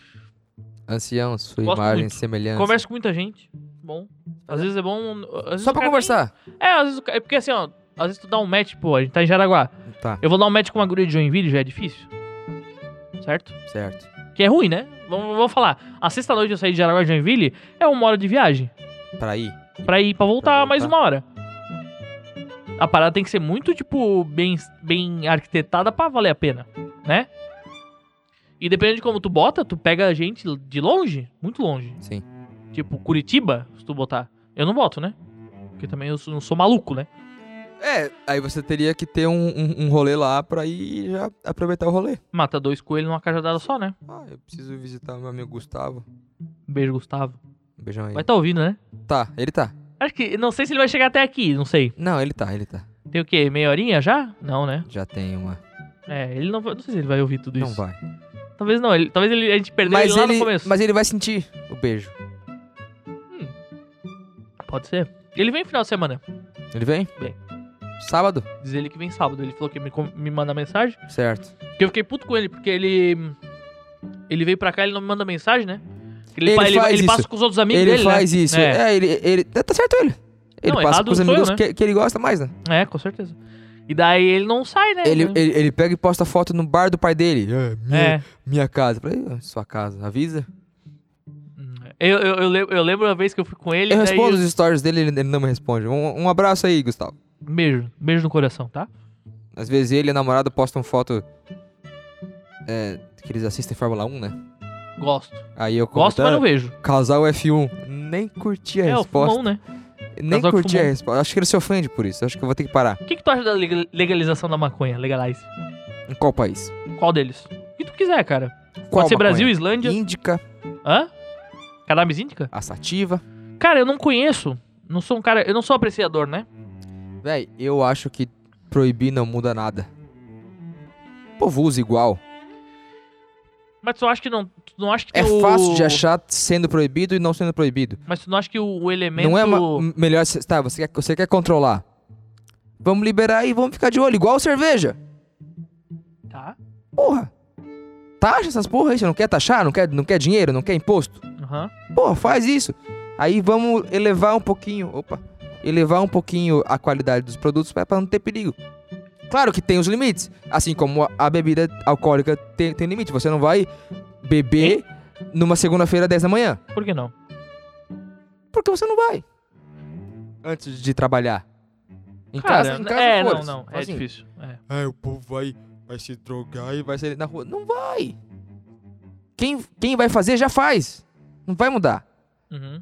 Speaker 2: Ancião, sua
Speaker 1: Gosto
Speaker 2: imagem,
Speaker 1: muito.
Speaker 2: semelhança.
Speaker 1: Converso com muita gente. Bom. Às vezes é bom. às vezes
Speaker 2: É, Só
Speaker 1: o
Speaker 2: pra
Speaker 1: cara
Speaker 2: conversar.
Speaker 1: nem- É, às vezes. o ca- É porque assim, ó. Às vezes tu dá um match, pô, a gente tá em Jaraguá.
Speaker 2: Tá,
Speaker 1: Eu vou dar um match com uma guria de Joinville, já é difícil. Certo?
Speaker 2: certo.
Speaker 1: Que é ruim, né? Vamos, vamos falar. A sexta-noite eu saí de Jaraguá de Joinville, é uma hora de viagem.
Speaker 2: Pra ir.
Speaker 1: Pra ir, pra voltar,
Speaker 2: voltar.
Speaker 1: mais uma hora. A parada tem que ser muito, tipo, bem, bem arquitetada pra valer a pena, né? E dependendo de como tu bota, tu pega a gente de longe, muito longe.
Speaker 2: Sim.
Speaker 1: Tipo, Curitiba, se tu botar. Eu não boto, né? Porque também eu sou- não sou maluco, né?
Speaker 2: É, aí você teria que ter um, um, um rolê lá pra ir já aproveitar o rolê.
Speaker 1: Mata dois coelhos numa cajadada só, né?
Speaker 2: Ah, eu preciso visitar meu amigo Gustavo.
Speaker 1: Beijo, Gustavo.
Speaker 2: Um beijão aí.
Speaker 1: Vai tá ouvindo, né?
Speaker 2: Tá, ele tá.
Speaker 1: Acho que. Não sei se ele vai chegar até aqui, não sei.
Speaker 2: Não, ele tá, ele tá.
Speaker 1: Tem o quê? Meia horinha já? Não, né?
Speaker 2: Já tem uma.
Speaker 1: É, ele não vai. Não sei se ele vai ouvir tudo
Speaker 2: Não
Speaker 1: isso.
Speaker 2: vai.
Speaker 1: Talvez não, ele, talvez ele, a gente perdeu
Speaker 2: Mas
Speaker 1: ele lá
Speaker 2: ele,
Speaker 1: no começo.
Speaker 2: mas ele vai sentir o beijo.
Speaker 1: Pode ser. Ele vem final de semana.
Speaker 2: Ele vem?
Speaker 1: Vem.
Speaker 2: Sábado?
Speaker 1: Diz ele que vem sábado. Ele falou que me, com- me manda mensagem.
Speaker 2: Certo.
Speaker 1: Que eu fiquei puto com ele, porque ele. Ele veio pra cá ele não me manda mensagem, né? Ele,
Speaker 2: Ele
Speaker 1: pa- ele,
Speaker 2: faz
Speaker 1: ele
Speaker 2: isso.
Speaker 1: passa com os outros amigos
Speaker 2: ele
Speaker 1: dele.
Speaker 2: faz
Speaker 1: né?
Speaker 2: isso.
Speaker 1: É.
Speaker 2: É, ele, ele. Tá certo ele. Ele
Speaker 1: Não,
Speaker 2: passa
Speaker 1: errado
Speaker 2: com os
Speaker 1: sou
Speaker 2: amigos
Speaker 1: eu, né?
Speaker 2: que, que ele gosta mais, né?
Speaker 1: É, com certeza. E daí ele não sai, né?
Speaker 2: Ele, ele, ele pega e posta foto no bar do pai dele. É, minha,
Speaker 1: É.
Speaker 2: minha casa. Eu Falei, "Ah, sua casa. Avisa.
Speaker 1: Eu, eu, eu lembro, eu lembro uma vez que eu fui com ele.
Speaker 2: eu
Speaker 1: daí
Speaker 2: respondo os stories dele, ele, ele não me responde. Um, um abraço aí, Gustavo.
Speaker 1: Beijo. Beijo no coração, tá?
Speaker 2: Às vezes ele e a namorada postam foto. É, que eles assistem Fórmula 1, né?
Speaker 1: Gosto.
Speaker 2: Aí eu
Speaker 1: Gosto, mas não
Speaker 2: comentando,
Speaker 1: vejo.
Speaker 2: Casal F1. Nem curti a
Speaker 1: É, o
Speaker 2: resposta.
Speaker 1: fumão, né?
Speaker 2: Nem
Speaker 1: Casal que
Speaker 2: curti a
Speaker 1: fumou.
Speaker 2: resposta. Acho que ele se ofende por isso. Acho que eu vou ter que parar.
Speaker 1: O que, que tu acha da legal- legalização da maconha? Legalize.
Speaker 2: Em qual país?
Speaker 1: Qual deles? O que tu quiser, cara.
Speaker 2: Qual
Speaker 1: Pode ser
Speaker 2: maconha?
Speaker 1: Brasil, Islândia.
Speaker 2: Índica,
Speaker 1: Hã? Cannabis índica?
Speaker 2: a sativa.
Speaker 1: Cara, eu não conheço. Não sou um cara. Eu não sou apreciador, né?
Speaker 2: Véi, eu acho que proibir não muda nada. O povo usa igual.
Speaker 1: Mas tu acha que não. Tu não acha que
Speaker 2: É
Speaker 1: tem o-
Speaker 2: fácil de achar sendo proibido e não sendo proibido.
Speaker 1: Mas tu não acha que o, o elemento.
Speaker 2: Não é ma- m- melhor. se- Tá, você quer, você quer controlar. Vamos liberar e vamos ficar de olho, igual cerveja.
Speaker 1: Tá.
Speaker 2: Porra. Taxa essas porra aí. Você não quer taxar? Não quer, não quer dinheiro? Não quer imposto?
Speaker 1: Aham.
Speaker 2: Porra, faz isso. Aí vamos elevar um pouquinho. Opa. Elevar um pouquinho a qualidade dos produtos pra pra não ter perigo. Claro que tem os limites. Assim como a- a bebida alcoólica tem, tem limite. Você não vai beber numa segunda-feira, 10 da manhã.
Speaker 1: Por que não?
Speaker 2: Porque você não vai. Antes de trabalhar. Em casa, em casa
Speaker 1: é, não,
Speaker 2: foda-se.
Speaker 1: não. É
Speaker 2: Assim,
Speaker 1: difícil. É.
Speaker 2: Ah, o povo vai, vai se drogar e vai sair na rua. Não vai. Quem, quem vai fazer já faz. Não vai mudar.
Speaker 1: Uhum.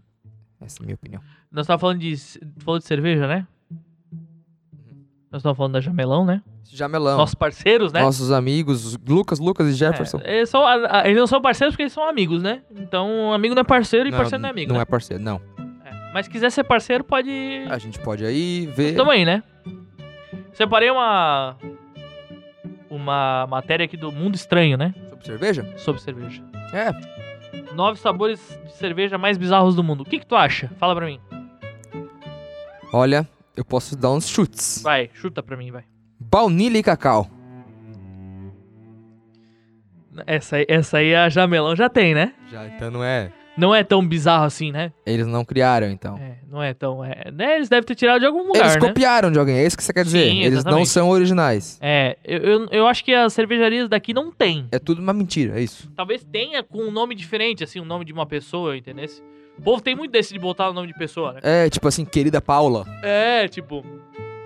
Speaker 2: Essa é a minha opinião.
Speaker 1: Nós tava falando de. c- tu Falou de cerveja, né?
Speaker 2: Uhum.
Speaker 1: Nós tava falando da Jamelão, né?
Speaker 2: Jamelão.
Speaker 1: Nossos parceiros, né?
Speaker 2: Nossos amigos, Lucas, Lucas e Jefferson.
Speaker 1: É, eles, são, a- a- eles não são parceiros porque eles são amigos, né? Então, amigo não é parceiro e parceiro não é amigo.
Speaker 2: Não
Speaker 1: né?
Speaker 2: é parceiro, não.
Speaker 1: É. Mas se quiser ser parceiro, pode.
Speaker 2: A gente pode aí ver.
Speaker 1: Tamo aí, né? Separei uma. Uma matéria aqui do Mundo Estranho, né?
Speaker 2: Sobre cerveja?
Speaker 1: Sobre cerveja.
Speaker 2: É.
Speaker 1: Nove sabores de cerveja mais bizarros do mundo. O que, que tu acha? Fala pra mim.
Speaker 2: Olha, eu posso dar uns chutes.
Speaker 1: Vai, chuta pra mim, vai.
Speaker 2: Baunilha e cacau.
Speaker 1: Essa aí, essa aí a Jamelão já tem, né?
Speaker 2: Já, então não é.
Speaker 1: Não é tão bizarro assim, né?
Speaker 2: Eles não criaram, então.
Speaker 1: É, não é tão. É, né? Eles devem ter tirado de algum lugar,
Speaker 2: Eles
Speaker 1: né?
Speaker 2: copiaram de alguém, é isso que você quer dizer.
Speaker 1: Sim,
Speaker 2: Eles não
Speaker 1: exatamente.
Speaker 2: são originais.
Speaker 1: É, eu, eu, eu acho que as cervejarias daqui não tem.
Speaker 2: É tudo uma mentira, é isso.
Speaker 1: Talvez tenha com um nome diferente, assim, o nome de uma pessoa, entendeu? O povo tem muito desse de botar o nome de pessoa, né?
Speaker 2: É, tipo assim, querida Paula.
Speaker 1: É, tipo.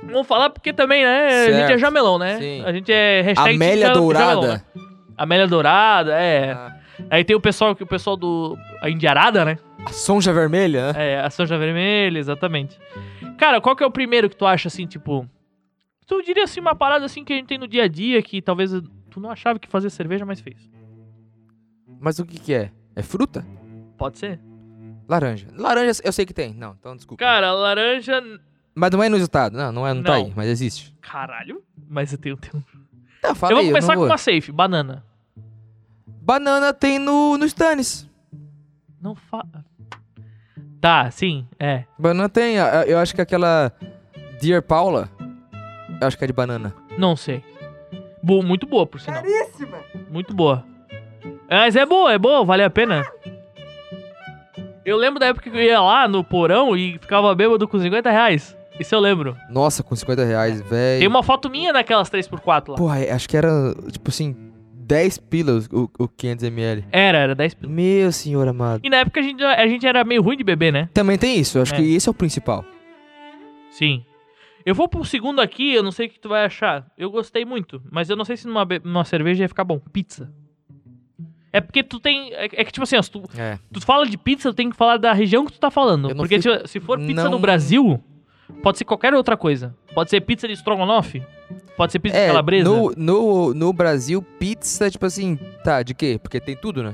Speaker 1: Vamos falar porque também, né? A gente é
Speaker 2: Certo.
Speaker 1: jamelão, né?
Speaker 2: Sim.
Speaker 1: A gente é hashtag
Speaker 2: Amélia
Speaker 1: jamelão,
Speaker 2: Dourada.
Speaker 1: né? Amélia Dourada, é.
Speaker 2: Ah.
Speaker 1: Aí tem o pessoal que o pessoal do. A Indiarada, né?
Speaker 2: A Sonja Vermelha, né?
Speaker 1: É, a Sanja Vermelha, exatamente. Cara, qual que é o primeiro que tu acha assim, tipo. Tu diria assim, uma parada assim que a gente tem no dia a dia que talvez tu não achava que fazia cerveja, mas fez.
Speaker 2: Mas o que que é? É fruta?
Speaker 1: Pode ser?
Speaker 2: Laranja. Laranja eu sei que tem. Não, então desculpa.
Speaker 1: Cara, laranja.
Speaker 2: Mas não é inusitado. Não, não é, não, tá
Speaker 1: Não.
Speaker 2: aí, mas existe.
Speaker 1: Caralho, mas eu tenho. tenho...
Speaker 2: Tá, fala
Speaker 1: Eu vou
Speaker 2: aí,
Speaker 1: começar
Speaker 2: não
Speaker 1: com uma safe, banana.
Speaker 2: Banana tem no, no Stannis.
Speaker 1: Não fa. Tá, sim, é.
Speaker 2: Banana tem, a- a- eu acho que aquela Dear Paula, eu acho que é de banana.
Speaker 1: Não sei. Boa, muito boa, por sinal. Caríssima! Muito boa. É, Mas é boa, é boa, vale a pena. Eu lembro da época que eu ia lá no porão e ficava bêbado com 50 reais. Isso eu lembro.
Speaker 2: Nossa, com 50 reais, velho.
Speaker 1: Tem uma foto minha naquelas 3x4 lá.
Speaker 2: Porra, é- acho que era, tipo assim, 10 pilas o, o 500ml.
Speaker 1: Era, era 10 pila.
Speaker 2: Meu senhor amado.
Speaker 1: E na época a gente, a gente era meio ruim de beber, né?
Speaker 2: Também tem isso, eu acho
Speaker 1: É.
Speaker 2: que esse é o principal.
Speaker 1: Sim. Eu vou pro segundo aqui, eu não sei o que tu vai achar. Eu gostei muito, mas eu não sei se numa, be- numa cerveja ia ficar bom. Pizza. É porque tu tem. É, é que tipo assim, ó, se tu,
Speaker 2: É.
Speaker 1: tu fala de pizza, tu tem que falar da região que tu tá falando.
Speaker 2: Eu não
Speaker 1: Porque
Speaker 2: fui-
Speaker 1: se, se for pizza no
Speaker 2: não-
Speaker 1: Brasil, pode ser qualquer outra coisa. Pode ser pizza de estrogonofe, pode ser pizza de calabresa.
Speaker 2: É, no, no, no Brasil, pizza, tipo assim, tá, de quê? Porque tem tudo, né?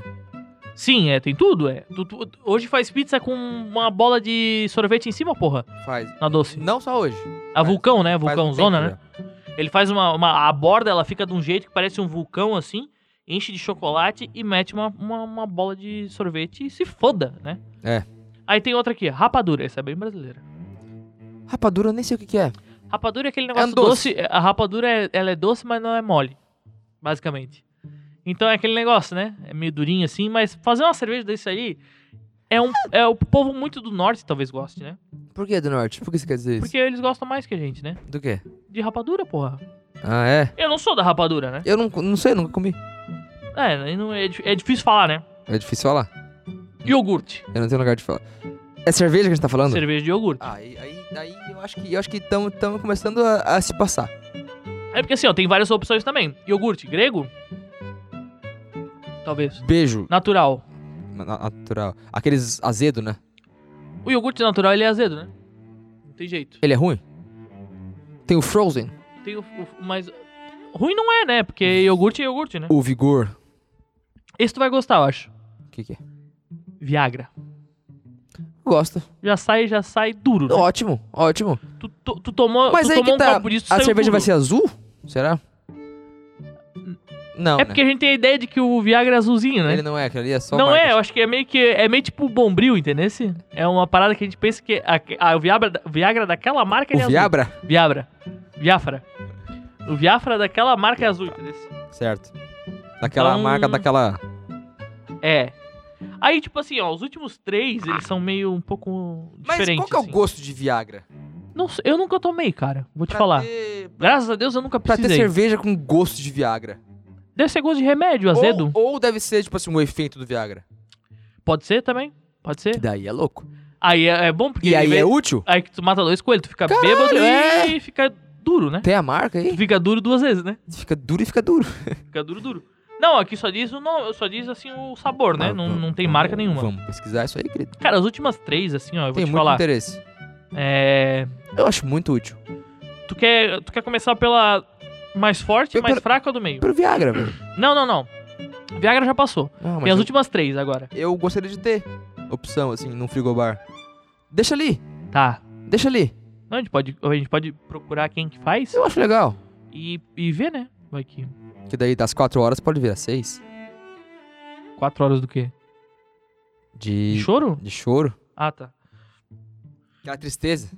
Speaker 1: Sim, é, tem tudo, é. Tu- tu- hoje faz pizza com uma bola de sorvete em cima, porra,
Speaker 2: Faz.
Speaker 1: na doce.
Speaker 2: Não só hoje.
Speaker 1: A
Speaker 2: Faz-
Speaker 1: vulcão, né?
Speaker 2: faz um
Speaker 1: Vulcãozona,
Speaker 2: tempo
Speaker 1: né? Ele faz uma, uma. A borda ela fica de um jeito que parece um vulcão assim, enche de chocolate e mete uma, uma, uma bola de sorvete e se foda, né?
Speaker 2: É.
Speaker 1: Aí tem outra aqui, rapadura, essa é bem brasileira.
Speaker 2: já. Rapadura, eu nem sei o que, que é.
Speaker 1: Rapadura é aquele negócio
Speaker 2: um
Speaker 1: doce.
Speaker 2: doce.
Speaker 1: A rapadura é, ela é doce, mas não é mole, basicamente. Então é aquele negócio, né? É meio durinho assim, mas fazer uma cerveja desse aí é um é o povo muito do norte talvez goste, né?
Speaker 2: Por que do norte? Por que você quer dizer isso?
Speaker 1: Porque eles gostam mais que a gente, né?
Speaker 2: Do quê?
Speaker 1: De rapadura, porra.
Speaker 2: Ah, é?
Speaker 1: Eu não sou da rapadura, né?
Speaker 2: Eu não, não sei, nunca comi.
Speaker 1: É, aí não é, di- é difícil falar, né?
Speaker 2: É difícil falar.
Speaker 1: Iogurte.
Speaker 2: Eu não tenho lugar de falar. É cerveja que a gente tá falando?
Speaker 1: Cerveja de iogurte.
Speaker 2: Ah, aí, aí, aí eu acho que eu acho que estamos começando a, a se passar.
Speaker 1: É porque assim, ó, tem várias opções também. Iogurte grego? Talvez.
Speaker 2: Beijo
Speaker 1: Natural.
Speaker 2: na- na- natural. Aqueles azedo, né?
Speaker 1: O iogurte natural, ele é azedo, né? Não tem jeito.
Speaker 2: Ele é ruim? Tem o Frozen,
Speaker 1: Tem o, o- mas ruim não é, né? Porque iogurte é iogurte, né?
Speaker 2: o Vigor.
Speaker 1: Esse tu vai gostar, eu acho.
Speaker 2: O que, que é?
Speaker 1: Viagra.
Speaker 2: Gosto.
Speaker 1: Já sai, já sai duro. né?
Speaker 2: Ótimo, ótimo.
Speaker 1: Tu, tu, tu tomou,
Speaker 2: Mas
Speaker 1: tu
Speaker 2: aí
Speaker 1: tomou
Speaker 2: que
Speaker 1: um
Speaker 2: tá.
Speaker 1: copo disso, tu
Speaker 2: a
Speaker 1: saiu
Speaker 2: cerveja vai
Speaker 1: duro.
Speaker 2: ser azul? Será? Não.
Speaker 1: É
Speaker 2: né?
Speaker 1: porque a gente tem a ideia de que o Viagra é azulzinho, né?
Speaker 2: ele não é, aquele ali é só.
Speaker 1: Não é,
Speaker 2: marketing.
Speaker 1: eu acho que é meio que é meio tipo bombril, entendeu? É uma parada que a gente pensa que a, a- o Viagra, o Viagra daquela marca ele é
Speaker 2: O
Speaker 1: azul.
Speaker 2: Viabra?
Speaker 1: Viabra. Viafra. O Viafra daquela marca é azul, entendeu?
Speaker 2: Certo. Daquela
Speaker 1: Então-
Speaker 2: marca, daquela.
Speaker 1: É. Aí, tipo assim, ó, os últimos três, eles são meio um pouco
Speaker 2: Mas
Speaker 1: diferentes.
Speaker 2: qual que é o
Speaker 1: assim.
Speaker 2: gosto de Viagra?
Speaker 1: Não sei, eu nunca tomei, cara. Vou te
Speaker 2: Pra
Speaker 1: falar.
Speaker 2: ter-
Speaker 1: Graças a Deus eu nunca
Speaker 2: Pra ter
Speaker 1: precisei.
Speaker 2: cerveja com gosto de Viagra.
Speaker 1: Deve ser gosto de remédio, azedo.
Speaker 2: Ou, ou deve ser, tipo assim, um efeito do Viagra.
Speaker 1: Pode ser também. Pode
Speaker 2: Que
Speaker 1: ser.
Speaker 2: daí é louco.
Speaker 1: Aí é, é bom porque...
Speaker 2: E aí
Speaker 1: ele
Speaker 2: é
Speaker 1: vem-
Speaker 2: útil?
Speaker 1: aí que tu mata dois coelhos, tu fica bêbado e fica duro, né?
Speaker 2: Tem a marca
Speaker 1: Tu
Speaker 2: aí?
Speaker 1: fica duro duas vezes, né?
Speaker 2: Fica duro e fica duro.
Speaker 1: Fica duro, duro. Não, aqui só diz o nome, só diz assim o sabor, né?
Speaker 2: Ah,
Speaker 1: Não,
Speaker 2: vamos-
Speaker 1: não tem
Speaker 2: vamos-
Speaker 1: marca nenhuma.
Speaker 2: Vamos pesquisar isso aí, querido.
Speaker 1: Cara, as últimas três, assim, ó, eu vou
Speaker 2: Tem
Speaker 1: te
Speaker 2: muito
Speaker 1: falar.
Speaker 2: interesse.
Speaker 1: É.
Speaker 2: Eu acho muito útil.
Speaker 1: Tu quer, tu quer começar pela mais forte,
Speaker 2: Eu
Speaker 1: mais
Speaker 2: quero-
Speaker 1: fraca ou do meio?
Speaker 2: Pelo Viagra, velho.
Speaker 1: Não, não, não. Viagra já passou.
Speaker 2: Ah, mas
Speaker 1: Tem as
Speaker 2: eu,
Speaker 1: últimas três agora.
Speaker 2: eu gostaria de ter opção, assim, num frigobar. Deixa ali,
Speaker 1: Tá.
Speaker 2: deixa ali.
Speaker 1: Não, a gente pode, a gente pode procurar quem que faz
Speaker 2: Eu acho legal.
Speaker 1: e, e ver, né? Vai que.
Speaker 2: Que daí das 4 horas pode virar 6.
Speaker 1: Quatro horas do quê?
Speaker 2: De...
Speaker 1: De choro?
Speaker 2: de choro.
Speaker 1: Ah, tá.
Speaker 2: A tristeza.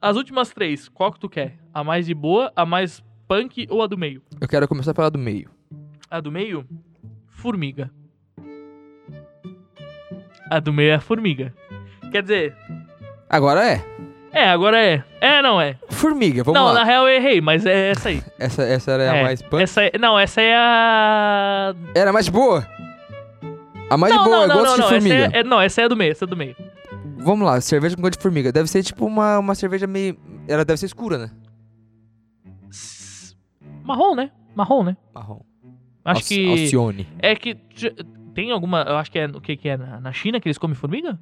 Speaker 1: As últimas três, qual que tu quer? A mais de boa, a mais punk ou a do meio?
Speaker 2: Eu quero começar pela do meio.
Speaker 1: A do meio? Formiga. A do meio é a formiga. Quer dizer,
Speaker 2: Agora é.
Speaker 1: é, agora é. É, não é.
Speaker 2: Formiga, vamos
Speaker 1: não,
Speaker 2: lá.
Speaker 1: na real eu errei, mas é essa aí.
Speaker 2: Essa, essa era
Speaker 1: É,
Speaker 2: a mais punk.
Speaker 1: Essa é- não, essa é a.
Speaker 2: Era a mais boa. A mais
Speaker 1: não,
Speaker 2: boa,
Speaker 1: não,
Speaker 2: eu
Speaker 1: não,
Speaker 2: gosto
Speaker 1: não,
Speaker 2: Tá de
Speaker 1: não. Essa
Speaker 2: formiga.
Speaker 1: é, é- não, essa é a do meio, essa é a do meio.
Speaker 2: Vamos lá, cerveja com gosto de formiga. Deve ser tipo uma, uma cerveja meio. Ela deve ser escura, né?
Speaker 1: S- Marrom, né? Marrom, né?
Speaker 2: Marrom.
Speaker 1: Acho
Speaker 2: Alci-
Speaker 1: que.
Speaker 2: Alcione.
Speaker 1: É que. j- Tem alguma. Eu acho que é. O que, que é? Na na China que eles comem formiga?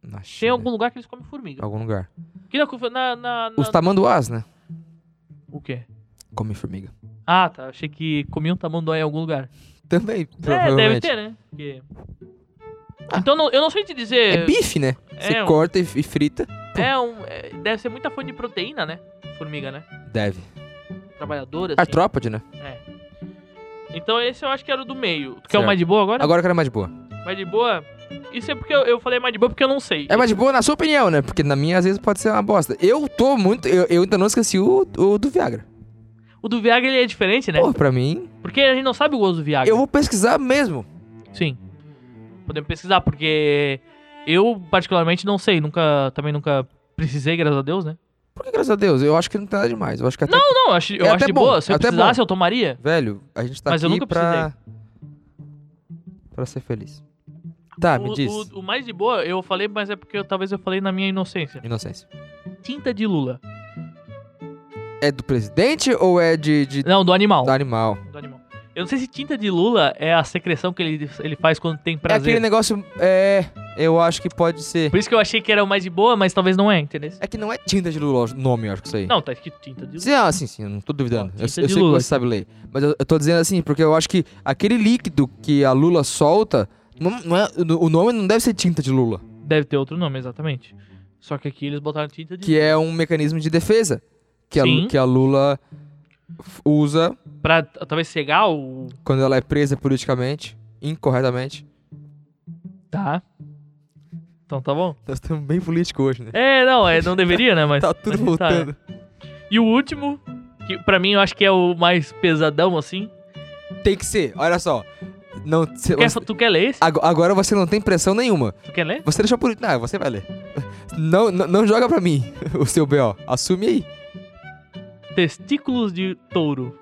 Speaker 2: Na
Speaker 1: Tem
Speaker 2: China.
Speaker 1: algum lugar que eles comem formiga.
Speaker 2: algum lugar.
Speaker 1: Que na. na, na-
Speaker 2: Os tamanduás, né?
Speaker 1: O quê?
Speaker 2: Comem formiga.
Speaker 1: Ah, tá. Achei que comia um tamanduá em algum lugar.
Speaker 2: Também,
Speaker 1: É, deve
Speaker 2: provavelmente. Ah.
Speaker 1: ter, né? Porque- Então não- eu não sei te dizer.
Speaker 2: É bife, né? Você
Speaker 1: é um-
Speaker 2: corta e e frita.
Speaker 1: É um- é- deve ser muita fonte de proteína, né? Formiga, né?
Speaker 2: Deve.
Speaker 1: Trabalhadora. assim. É.
Speaker 2: Artrópode, né?
Speaker 1: Então esse eu acho que era o do meio. Tu quer
Speaker 2: Certo.
Speaker 1: o mais de boa agora?
Speaker 2: Agora que era mais de boa.
Speaker 1: Mais de boa? Isso é porque eu, eu falei mais de boa porque eu não sei.
Speaker 2: É mais de boa na sua opinião, né? Porque na minha, às vezes, pode ser uma bosta. Eu tô muito. Eu, eu ainda não esqueci o, o do Viagra.
Speaker 1: O do Viagra ele é diferente, né?
Speaker 2: Pô, pra mim.
Speaker 1: Porque a gente não sabe o gosto do Viagra.
Speaker 2: Eu vou pesquisar mesmo.
Speaker 1: Sim. Podemos pesquisar, porque eu particularmente não sei, nunca, também nunca precisei, graças a Deus, né?
Speaker 2: Porque, graças a Deus, eu acho que não tem nada demais. Eu acho que até.
Speaker 1: Não, não, eu acho, eu
Speaker 2: É
Speaker 1: acho
Speaker 2: até
Speaker 1: de
Speaker 2: bom,
Speaker 1: boa. Se eu
Speaker 2: até
Speaker 1: precisasse, eu tomaria.
Speaker 2: Velho, a gente tá
Speaker 1: Mas eu
Speaker 2: aqui
Speaker 1: nunca
Speaker 2: pra. Pra ser feliz. Tá, me
Speaker 1: o,
Speaker 2: diz.
Speaker 1: o- o mais de boa, eu falei, mas é porque eu- talvez eu falei na minha inocência.
Speaker 2: Inocência.
Speaker 1: Tinta de Lula.
Speaker 2: É do presidente ou é de. de...
Speaker 1: Não, do animal.
Speaker 2: do animal? É
Speaker 1: Do animal. Eu não sei se tinta de Lula é a secreção que ele, ele faz quando tem
Speaker 2: É aquele
Speaker 1: prazer.
Speaker 2: negócio. É. Eu acho que pode ser.
Speaker 1: Por isso que eu achei que era o mais de boa, mas talvez não é, entendeu?
Speaker 2: É que não é tinta de Lula o nome, eu acho que isso aí.
Speaker 1: Não, tá escrito tinta de Lula.
Speaker 2: Sim, ah, sim, sim, eu não tô duvidando.
Speaker 1: Ó,
Speaker 2: eu eu
Speaker 1: tinta
Speaker 2: sei
Speaker 1: de
Speaker 2: que
Speaker 1: Lula.
Speaker 2: você sabe ler. Mas eu, eu tô dizendo assim, porque eu acho que aquele líquido que a Lula solta, não, não é- o o nome não deve ser tinta de Lula.
Speaker 1: Deve ter outro nome, exatamente. Só que aqui eles botaram tinta de
Speaker 2: Que é um mecanismo de defesa. Que, a, Lu-
Speaker 1: Sim.
Speaker 2: que a Lula f- usa
Speaker 1: Pra t- talvez cegar o.
Speaker 2: quando ela é presa politicamente, incorretamente.
Speaker 1: Tá. Então tá bom.
Speaker 2: Nós estamos bem políticos hoje, né?
Speaker 1: É, não, é, não deveria, né? Mas.
Speaker 2: tá tudo
Speaker 1: mas tá.
Speaker 2: voltando.
Speaker 1: E o último, que pra mim eu acho que é o mais pesadão, assim.
Speaker 2: Tem que ser, olha só. Não, cê-
Speaker 1: Quer-
Speaker 2: você-
Speaker 1: tu quer ler esse?
Speaker 2: ago- agora você não tem pressão nenhuma.
Speaker 1: Tu quer ler?
Speaker 2: Você deixou por. Não, você vai ler. Não, não, não joga pra mim o seu B.O. Assume aí.
Speaker 1: Testículos de touro.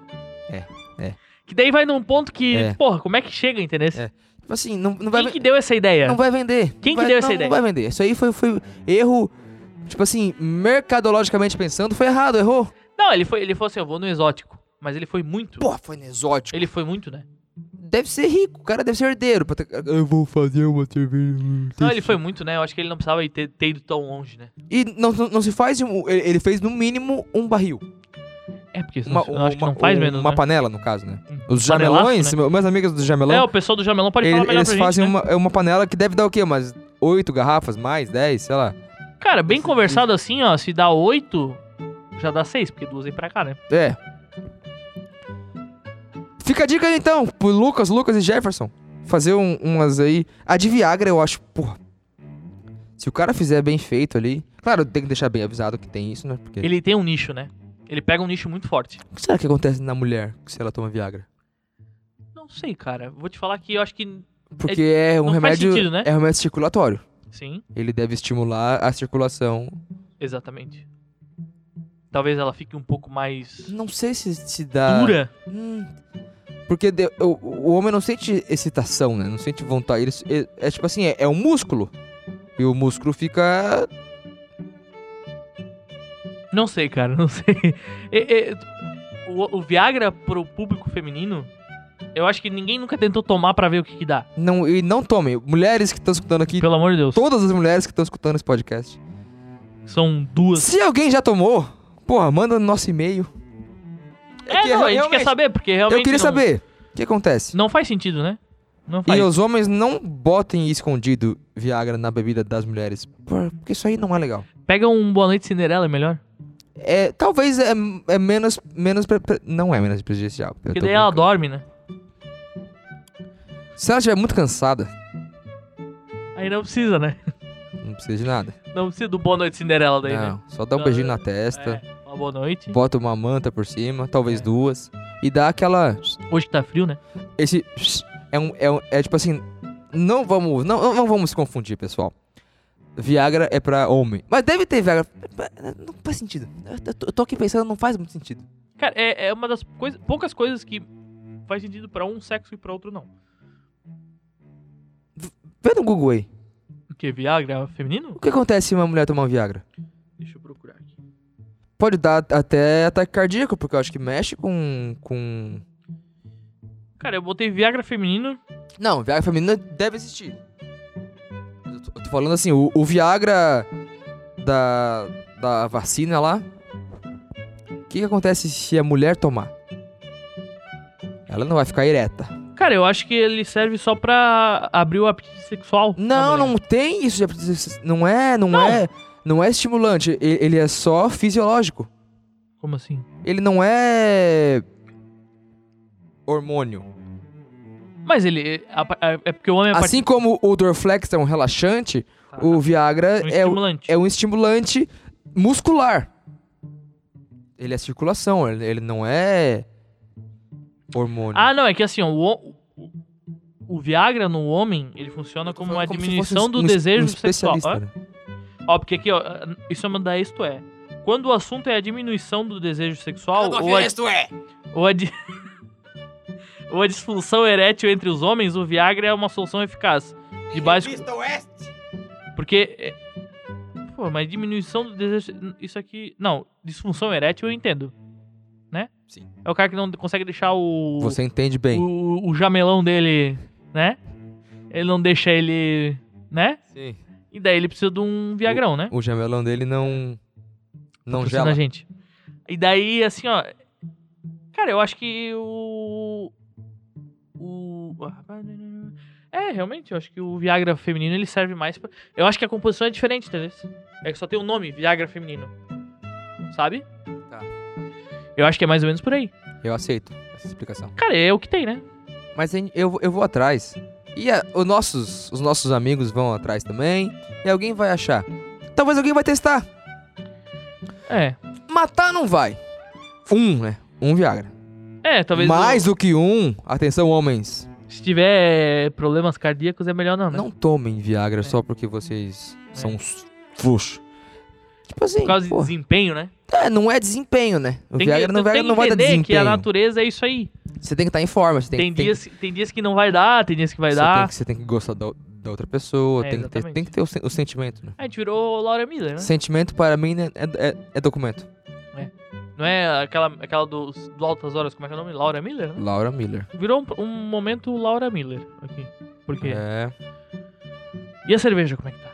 Speaker 2: É, é.
Speaker 1: Que daí vai num ponto que,
Speaker 2: É.
Speaker 1: porra, como é que chega, entendeu?
Speaker 2: É. Tipo assim, não, não vai.
Speaker 1: Quem
Speaker 2: ven-
Speaker 1: que deu essa ideia?
Speaker 2: Não vai vender.
Speaker 1: Quem que
Speaker 2: Vai-
Speaker 1: deu essa
Speaker 2: não,
Speaker 1: ideia?
Speaker 2: Não vai vender. Isso aí foi, foi erro, tipo assim, mercadologicamente pensando, foi errado, errou.
Speaker 1: Não, ele foi, ele falou assim, eu vou no exótico. Mas ele foi muito.
Speaker 2: Pô, foi no exótico.
Speaker 1: Ele foi muito, né?
Speaker 2: Deve ser rico, o cara deve ser herdeiro. pra ter- Eu vou fazer uma cerveja.
Speaker 1: Não, ele foi muito, né? Eu acho que ele não precisava ir ter, ter ido tão longe, né?
Speaker 2: E não, não, não se faz, um- ele ele fez no mínimo um barril.
Speaker 1: É, porque isso
Speaker 2: Uma,
Speaker 1: não, eu acho que
Speaker 2: uma-
Speaker 1: não faz
Speaker 2: um-
Speaker 1: menos,
Speaker 2: uma
Speaker 1: né?
Speaker 2: panela, no caso, né?
Speaker 1: Um panelaço,
Speaker 2: Os jamelões,
Speaker 1: né?
Speaker 2: meu- meus amigos do
Speaker 1: É,
Speaker 2: jamelão,
Speaker 1: o pessoal do Jamelão pode
Speaker 2: ele-
Speaker 1: falar melhor
Speaker 2: eles
Speaker 1: pra gente,
Speaker 2: fazem um
Speaker 1: né?
Speaker 2: uma, é uma panela que deve dar o quê? Umas oito garrafas, mais dez, sei lá.
Speaker 1: Cara, bem conversado assim, ó, se dá oito, já dá seis, porque duas vem pra cá, né?
Speaker 2: É. Fica a dica então, pro Lucas, Lucas e Jefferson. Fazer um- umas aí. A de Viagra, eu acho, porra. Se o cara fizer bem feito ali. Claro, tem que deixar bem avisado que tem isso, né? Porque.
Speaker 1: Ele tem um nicho, né? Ele pega um nicho muito forte.
Speaker 2: O que será que acontece na mulher se ela toma Viagra?
Speaker 1: Não sei, cara. Vou te falar que eu acho que
Speaker 2: Porque é, um
Speaker 1: não faz
Speaker 2: remédio.
Speaker 1: sentido, né?
Speaker 2: É um remédio circulatório.
Speaker 1: sim,
Speaker 2: Ele deve estimular a circulação.
Speaker 1: exatamente. Talvez ela fique um pouco mais
Speaker 2: Não sei se se dá.
Speaker 1: dura.
Speaker 2: Hum. Porque de- o, o homem não sente excitação, né? Não sente vontade. Ele, ele- é tipo assim, é, é um músculo. E o músculo fica.
Speaker 1: Não sei, cara, não sei. É, é, o, o Viagra pro público feminino, eu acho que ninguém nunca tentou tomar pra ver o que que dá.
Speaker 2: Não, e não tomem. Mulheres que estão escutando aqui,
Speaker 1: Pelo amor de Deus.
Speaker 2: todas as mulheres que estão escutando esse podcast.
Speaker 1: São duas.
Speaker 2: Se alguém já tomou, porra, manda no nosso e-mail.
Speaker 1: É,
Speaker 2: que
Speaker 1: não, a gente
Speaker 2: realmente-
Speaker 1: quer saber, porque realmente
Speaker 2: Eu queria
Speaker 1: não,
Speaker 2: saber o que acontece.
Speaker 1: não faz sentido, né? Não
Speaker 2: E
Speaker 1: faz.
Speaker 2: os homens não botem escondido Viagra na bebida das mulheres. por- Porque isso aí não é legal.
Speaker 1: Pega um Boa Noite Cinderela, é melhor.
Speaker 2: É, talvez é, é menos. menos pre- pre- não é menos prejudicial. Eu
Speaker 1: Porque
Speaker 2: tô
Speaker 1: daí ela
Speaker 2: brincando.
Speaker 1: dorme, né?
Speaker 2: Se ela estiver muito cansada,
Speaker 1: Aí não precisa, né?
Speaker 2: não precisa de nada.
Speaker 1: Não precisa do Boa Noite Cinderela daí, né?
Speaker 2: não, só dá um
Speaker 1: Não,
Speaker 2: beijinho na testa,
Speaker 1: É, uma boa noite.
Speaker 2: bota uma manta por cima, talvez
Speaker 1: É.
Speaker 2: duas, e dá aquela.
Speaker 1: Hoje que tá frio, né?
Speaker 2: Esse. É um. É, um- é tipo assim. Não vamos, não, não- não vamos se confundir, pessoal. Viagra é pra homem. Mas deve ter Viagra. Não faz sentido. Eu tô- eu tô aqui pensando, não faz muito sentido.
Speaker 1: Cara, é, é uma das coisas, poucas coisas que faz sentido pra um sexo e pra outro não.
Speaker 2: Vê no Google aí.
Speaker 1: Porque Viagra feminino?
Speaker 2: O que acontece se uma mulher tomar um Viagra?
Speaker 1: Deixa eu procurar aqui.
Speaker 2: Pode dar até ataque cardíaco, porque eu acho que mexe com. com...
Speaker 1: Cara, eu botei Viagra feminino.
Speaker 2: Não, Viagra feminina deve existir. Eu tô, eu tô falando assim, o, o Viagra da, da vacina lá. O que, que acontece se a mulher tomar? Ela não vai ficar ereta.
Speaker 1: Cara, eu acho que ele serve só pra abrir o apetite sexual. Tá, da
Speaker 2: Não,
Speaker 1: mulher.
Speaker 2: não tem isso. de apetite- Não é, não, é. Não é estimulante. e- Ele é só fisiológico.
Speaker 1: Como assim?
Speaker 2: Ele não é. Hormônio.
Speaker 1: Mas ele. a- a- É porque o homem é
Speaker 2: Assim como o Dorflex é um relaxante,
Speaker 1: part-
Speaker 2: o
Speaker 1: um
Speaker 2: Viagra é, um-
Speaker 1: estimulante.
Speaker 2: é um estimulante muscular. Ele é circulação, ele, ele não é hormônio.
Speaker 1: Ah, não, é que assim, ó, o, o- o Viagra no homem, ele funciona como uma
Speaker 2: Como se
Speaker 1: diminuição
Speaker 2: fosse um-
Speaker 1: do
Speaker 2: um-
Speaker 1: desejo
Speaker 2: um
Speaker 1: sexual.
Speaker 2: especialista,
Speaker 1: Ó,
Speaker 2: né?
Speaker 1: Ó, porque aqui, ó, isso é uma da isto é. Quando o assunto é a diminuição do desejo sexual ou a, ou a di- ou a disfunção erétil entre os homens, o Viagra é uma solução eficaz. De baixo. Porque. é, Pô, mas diminuição do desejo. Isso aqui. Não, disfunção erétil eu entendo. Né?
Speaker 2: Sim.
Speaker 1: É o cara que não consegue deixar o
Speaker 2: Você entende bem.
Speaker 1: o, o jamelão dele, né? Ele não deixa ele, né?
Speaker 2: Sim.
Speaker 1: E daí ele precisa de um viagrão, né?
Speaker 2: O jamelão dele não. Não
Speaker 1: Patrocina
Speaker 2: gela.
Speaker 1: Tá a gente. E daí, assim, ó... Cara, eu acho que o... O... É, realmente, eu acho que o Viagra feminino, ele serve mais pra... Eu acho que a composição é diferente, entendeu? É que só tem o nome, Viagra feminino. Sabe?
Speaker 2: Tá.
Speaker 1: Eu acho que é mais ou menos por aí.
Speaker 2: Eu aceito essa explicação.
Speaker 1: Cara, é o que tem, né?
Speaker 2: Mas hein, eu, eu vou atrás. E a- os, nossos, os nossos amigos vão atrás também. E alguém vai achar. Talvez alguém vai testar.
Speaker 1: É.
Speaker 2: Matar não vai. Um, né? Um Viagra.
Speaker 1: É, talvez...
Speaker 2: Mais do que um, atenção homens,
Speaker 1: Se tiver problemas cardíacos, é melhor não, né?
Speaker 2: não tomem Viagra só porque vocês são uns frouxos. Tipo assim,
Speaker 1: É. Por causa de
Speaker 2: pô,
Speaker 1: desempenho, né?
Speaker 2: é, não é desempenho, né? O
Speaker 1: Tem
Speaker 2: Viagra
Speaker 1: que,
Speaker 2: não,
Speaker 1: tu
Speaker 2: Viagra
Speaker 1: tem que
Speaker 2: não vai dar
Speaker 1: entender
Speaker 2: desempenho.
Speaker 1: que a natureza é isso aí.
Speaker 2: Você tem que estar em forma, você tem,
Speaker 1: Tem,
Speaker 2: que- tem,
Speaker 1: dias, tem dias que não vai dar, tem dias que vai
Speaker 2: você tem
Speaker 1: dar.
Speaker 2: que você tem que gostar da, da outra pessoa,
Speaker 1: É,
Speaker 2: tem, que ter,
Speaker 1: exatamente.
Speaker 2: tem que ter o, sen- o sentimento, né?
Speaker 1: A gente virou Laura Miller, né?
Speaker 2: Sentimento para mim né, é, é- é documento.
Speaker 1: Não é aquela, aquela dos- do, Altas Horas, como é que é o nome? Laura Miller? né?
Speaker 2: Laura Miller.
Speaker 1: Virou um, um momento Laura Miller aqui. Por quê?
Speaker 2: É.
Speaker 1: E a cerveja, como é que tá?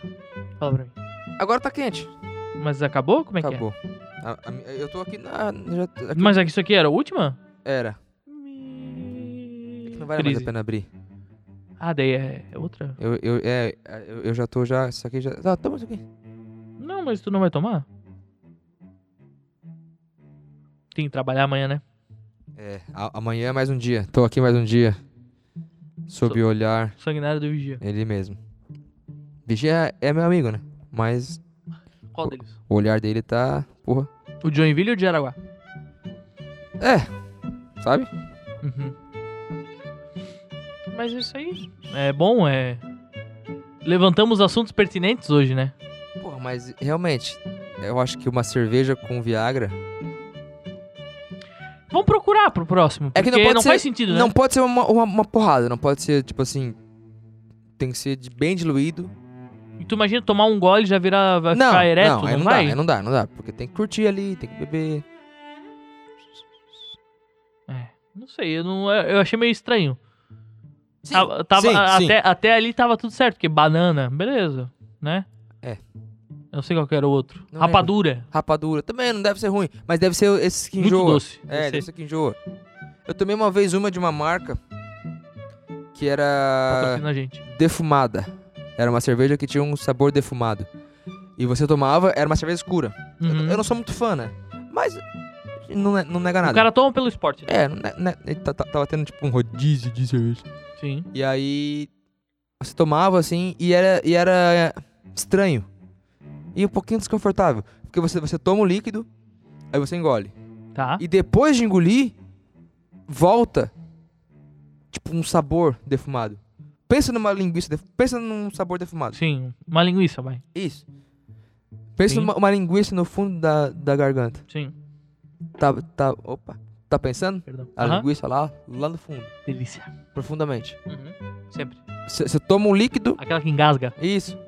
Speaker 1: Fala pra mim.
Speaker 2: Agora tá quente.
Speaker 1: Mas acabou? Como é
Speaker 2: Acabou. A- a mi- eu tô aqui na. já-
Speaker 1: que é?
Speaker 2: aqui-
Speaker 1: Mas é que isso aqui era a última?
Speaker 2: era. É que não vale mais a
Speaker 1: Crise.
Speaker 2: pena abrir.
Speaker 1: Ah, daí é é outra?
Speaker 2: Eu, eu, é, eu, eu já tô já. Isso aqui já. Tá, toma isso aqui.
Speaker 1: Não, mas tu não vai tomar? Tem que trabalhar amanhã, né?
Speaker 2: É, a- amanhã é mais um dia. Tô aqui mais um dia. Sob o olhar,
Speaker 1: Sanguinário do Vigia.
Speaker 2: ele mesmo. Vigia é meu amigo, né? Mas
Speaker 1: Qual deles?
Speaker 2: o olhar dele tá. Porra.
Speaker 1: O Joinville ou o de Araguá?
Speaker 2: É. Sabe?
Speaker 1: Uhum. Mas isso aí é bom, é. Levantamos assuntos pertinentes hoje, né?
Speaker 2: Porra, mas realmente, eu acho que uma cerveja com Viagra.
Speaker 1: Vamos procurar pro próximo.
Speaker 2: É que não
Speaker 1: porque
Speaker 2: pode ser-
Speaker 1: faz sentido, né?
Speaker 2: Não pode ser uma, uma, uma porrada, não pode ser, tipo assim. Tem que ser de- bem diluído.
Speaker 1: E tu imagina tomar um gole e já virar. Vai
Speaker 2: não,
Speaker 1: ficar ereto,
Speaker 2: não, aí não
Speaker 1: vai?
Speaker 2: dá, aí não dá, não dá. Porque tem que curtir ali, tem que beber.
Speaker 1: É, não sei, eu, não, eu achei meio estranho. Ah,
Speaker 2: Sim,
Speaker 1: Tava- tava-
Speaker 2: sim,
Speaker 1: até,
Speaker 2: sim.
Speaker 1: até ali tava tudo certo, porque banana, beleza, né?
Speaker 2: É.
Speaker 1: Eu não sei qual que era o outro.
Speaker 2: Não
Speaker 1: Rapadura.
Speaker 2: Rapadura. Também não deve ser ruim, mas deve ser esses que
Speaker 1: Muito
Speaker 2: enjoam.
Speaker 1: doce.
Speaker 2: É,
Speaker 1: deve
Speaker 2: deve
Speaker 1: ser.
Speaker 2: ser que enjoa. Eu tomei uma vez uma de uma marca que era
Speaker 1: Patrocina a gente.
Speaker 2: defumada. Era uma cerveja que tinha um sabor defumado. E você tomava, era uma cerveja escura. Eu-
Speaker 1: Uhum.
Speaker 2: Eu, não sou muito fã, né? Mas não, ne- não nega
Speaker 1: O
Speaker 2: nada.
Speaker 1: cara toma pelo esporte. né?
Speaker 2: É, não ne- ne- ele tá- tá- tava tendo tipo um rodízio de cerveja.
Speaker 1: Sim.
Speaker 2: E aí você tomava assim e era, e era estranho. E um pouquinho desconfortável. Porque você, você toma o líquido, aí você engole.
Speaker 1: Tá.
Speaker 2: E depois de engolir, volta tipo um sabor defumado. Pensa numa linguiça, def- pensa num sabor defumado.
Speaker 1: Sim, uma linguiça, vai.
Speaker 2: Isso. Pensa
Speaker 1: Sim.
Speaker 2: numa uma linguiça no fundo da, da garganta.
Speaker 1: Sim,
Speaker 2: Tá, tá, opa. Tá pensando?
Speaker 1: perdão.
Speaker 2: A
Speaker 1: Aham.
Speaker 2: linguiça lá, lá no fundo,
Speaker 1: Delícia.
Speaker 2: profundamente.
Speaker 1: Uhum. Sempre.
Speaker 2: Você toma um líquido,
Speaker 1: Aquela que engasga.
Speaker 2: isso.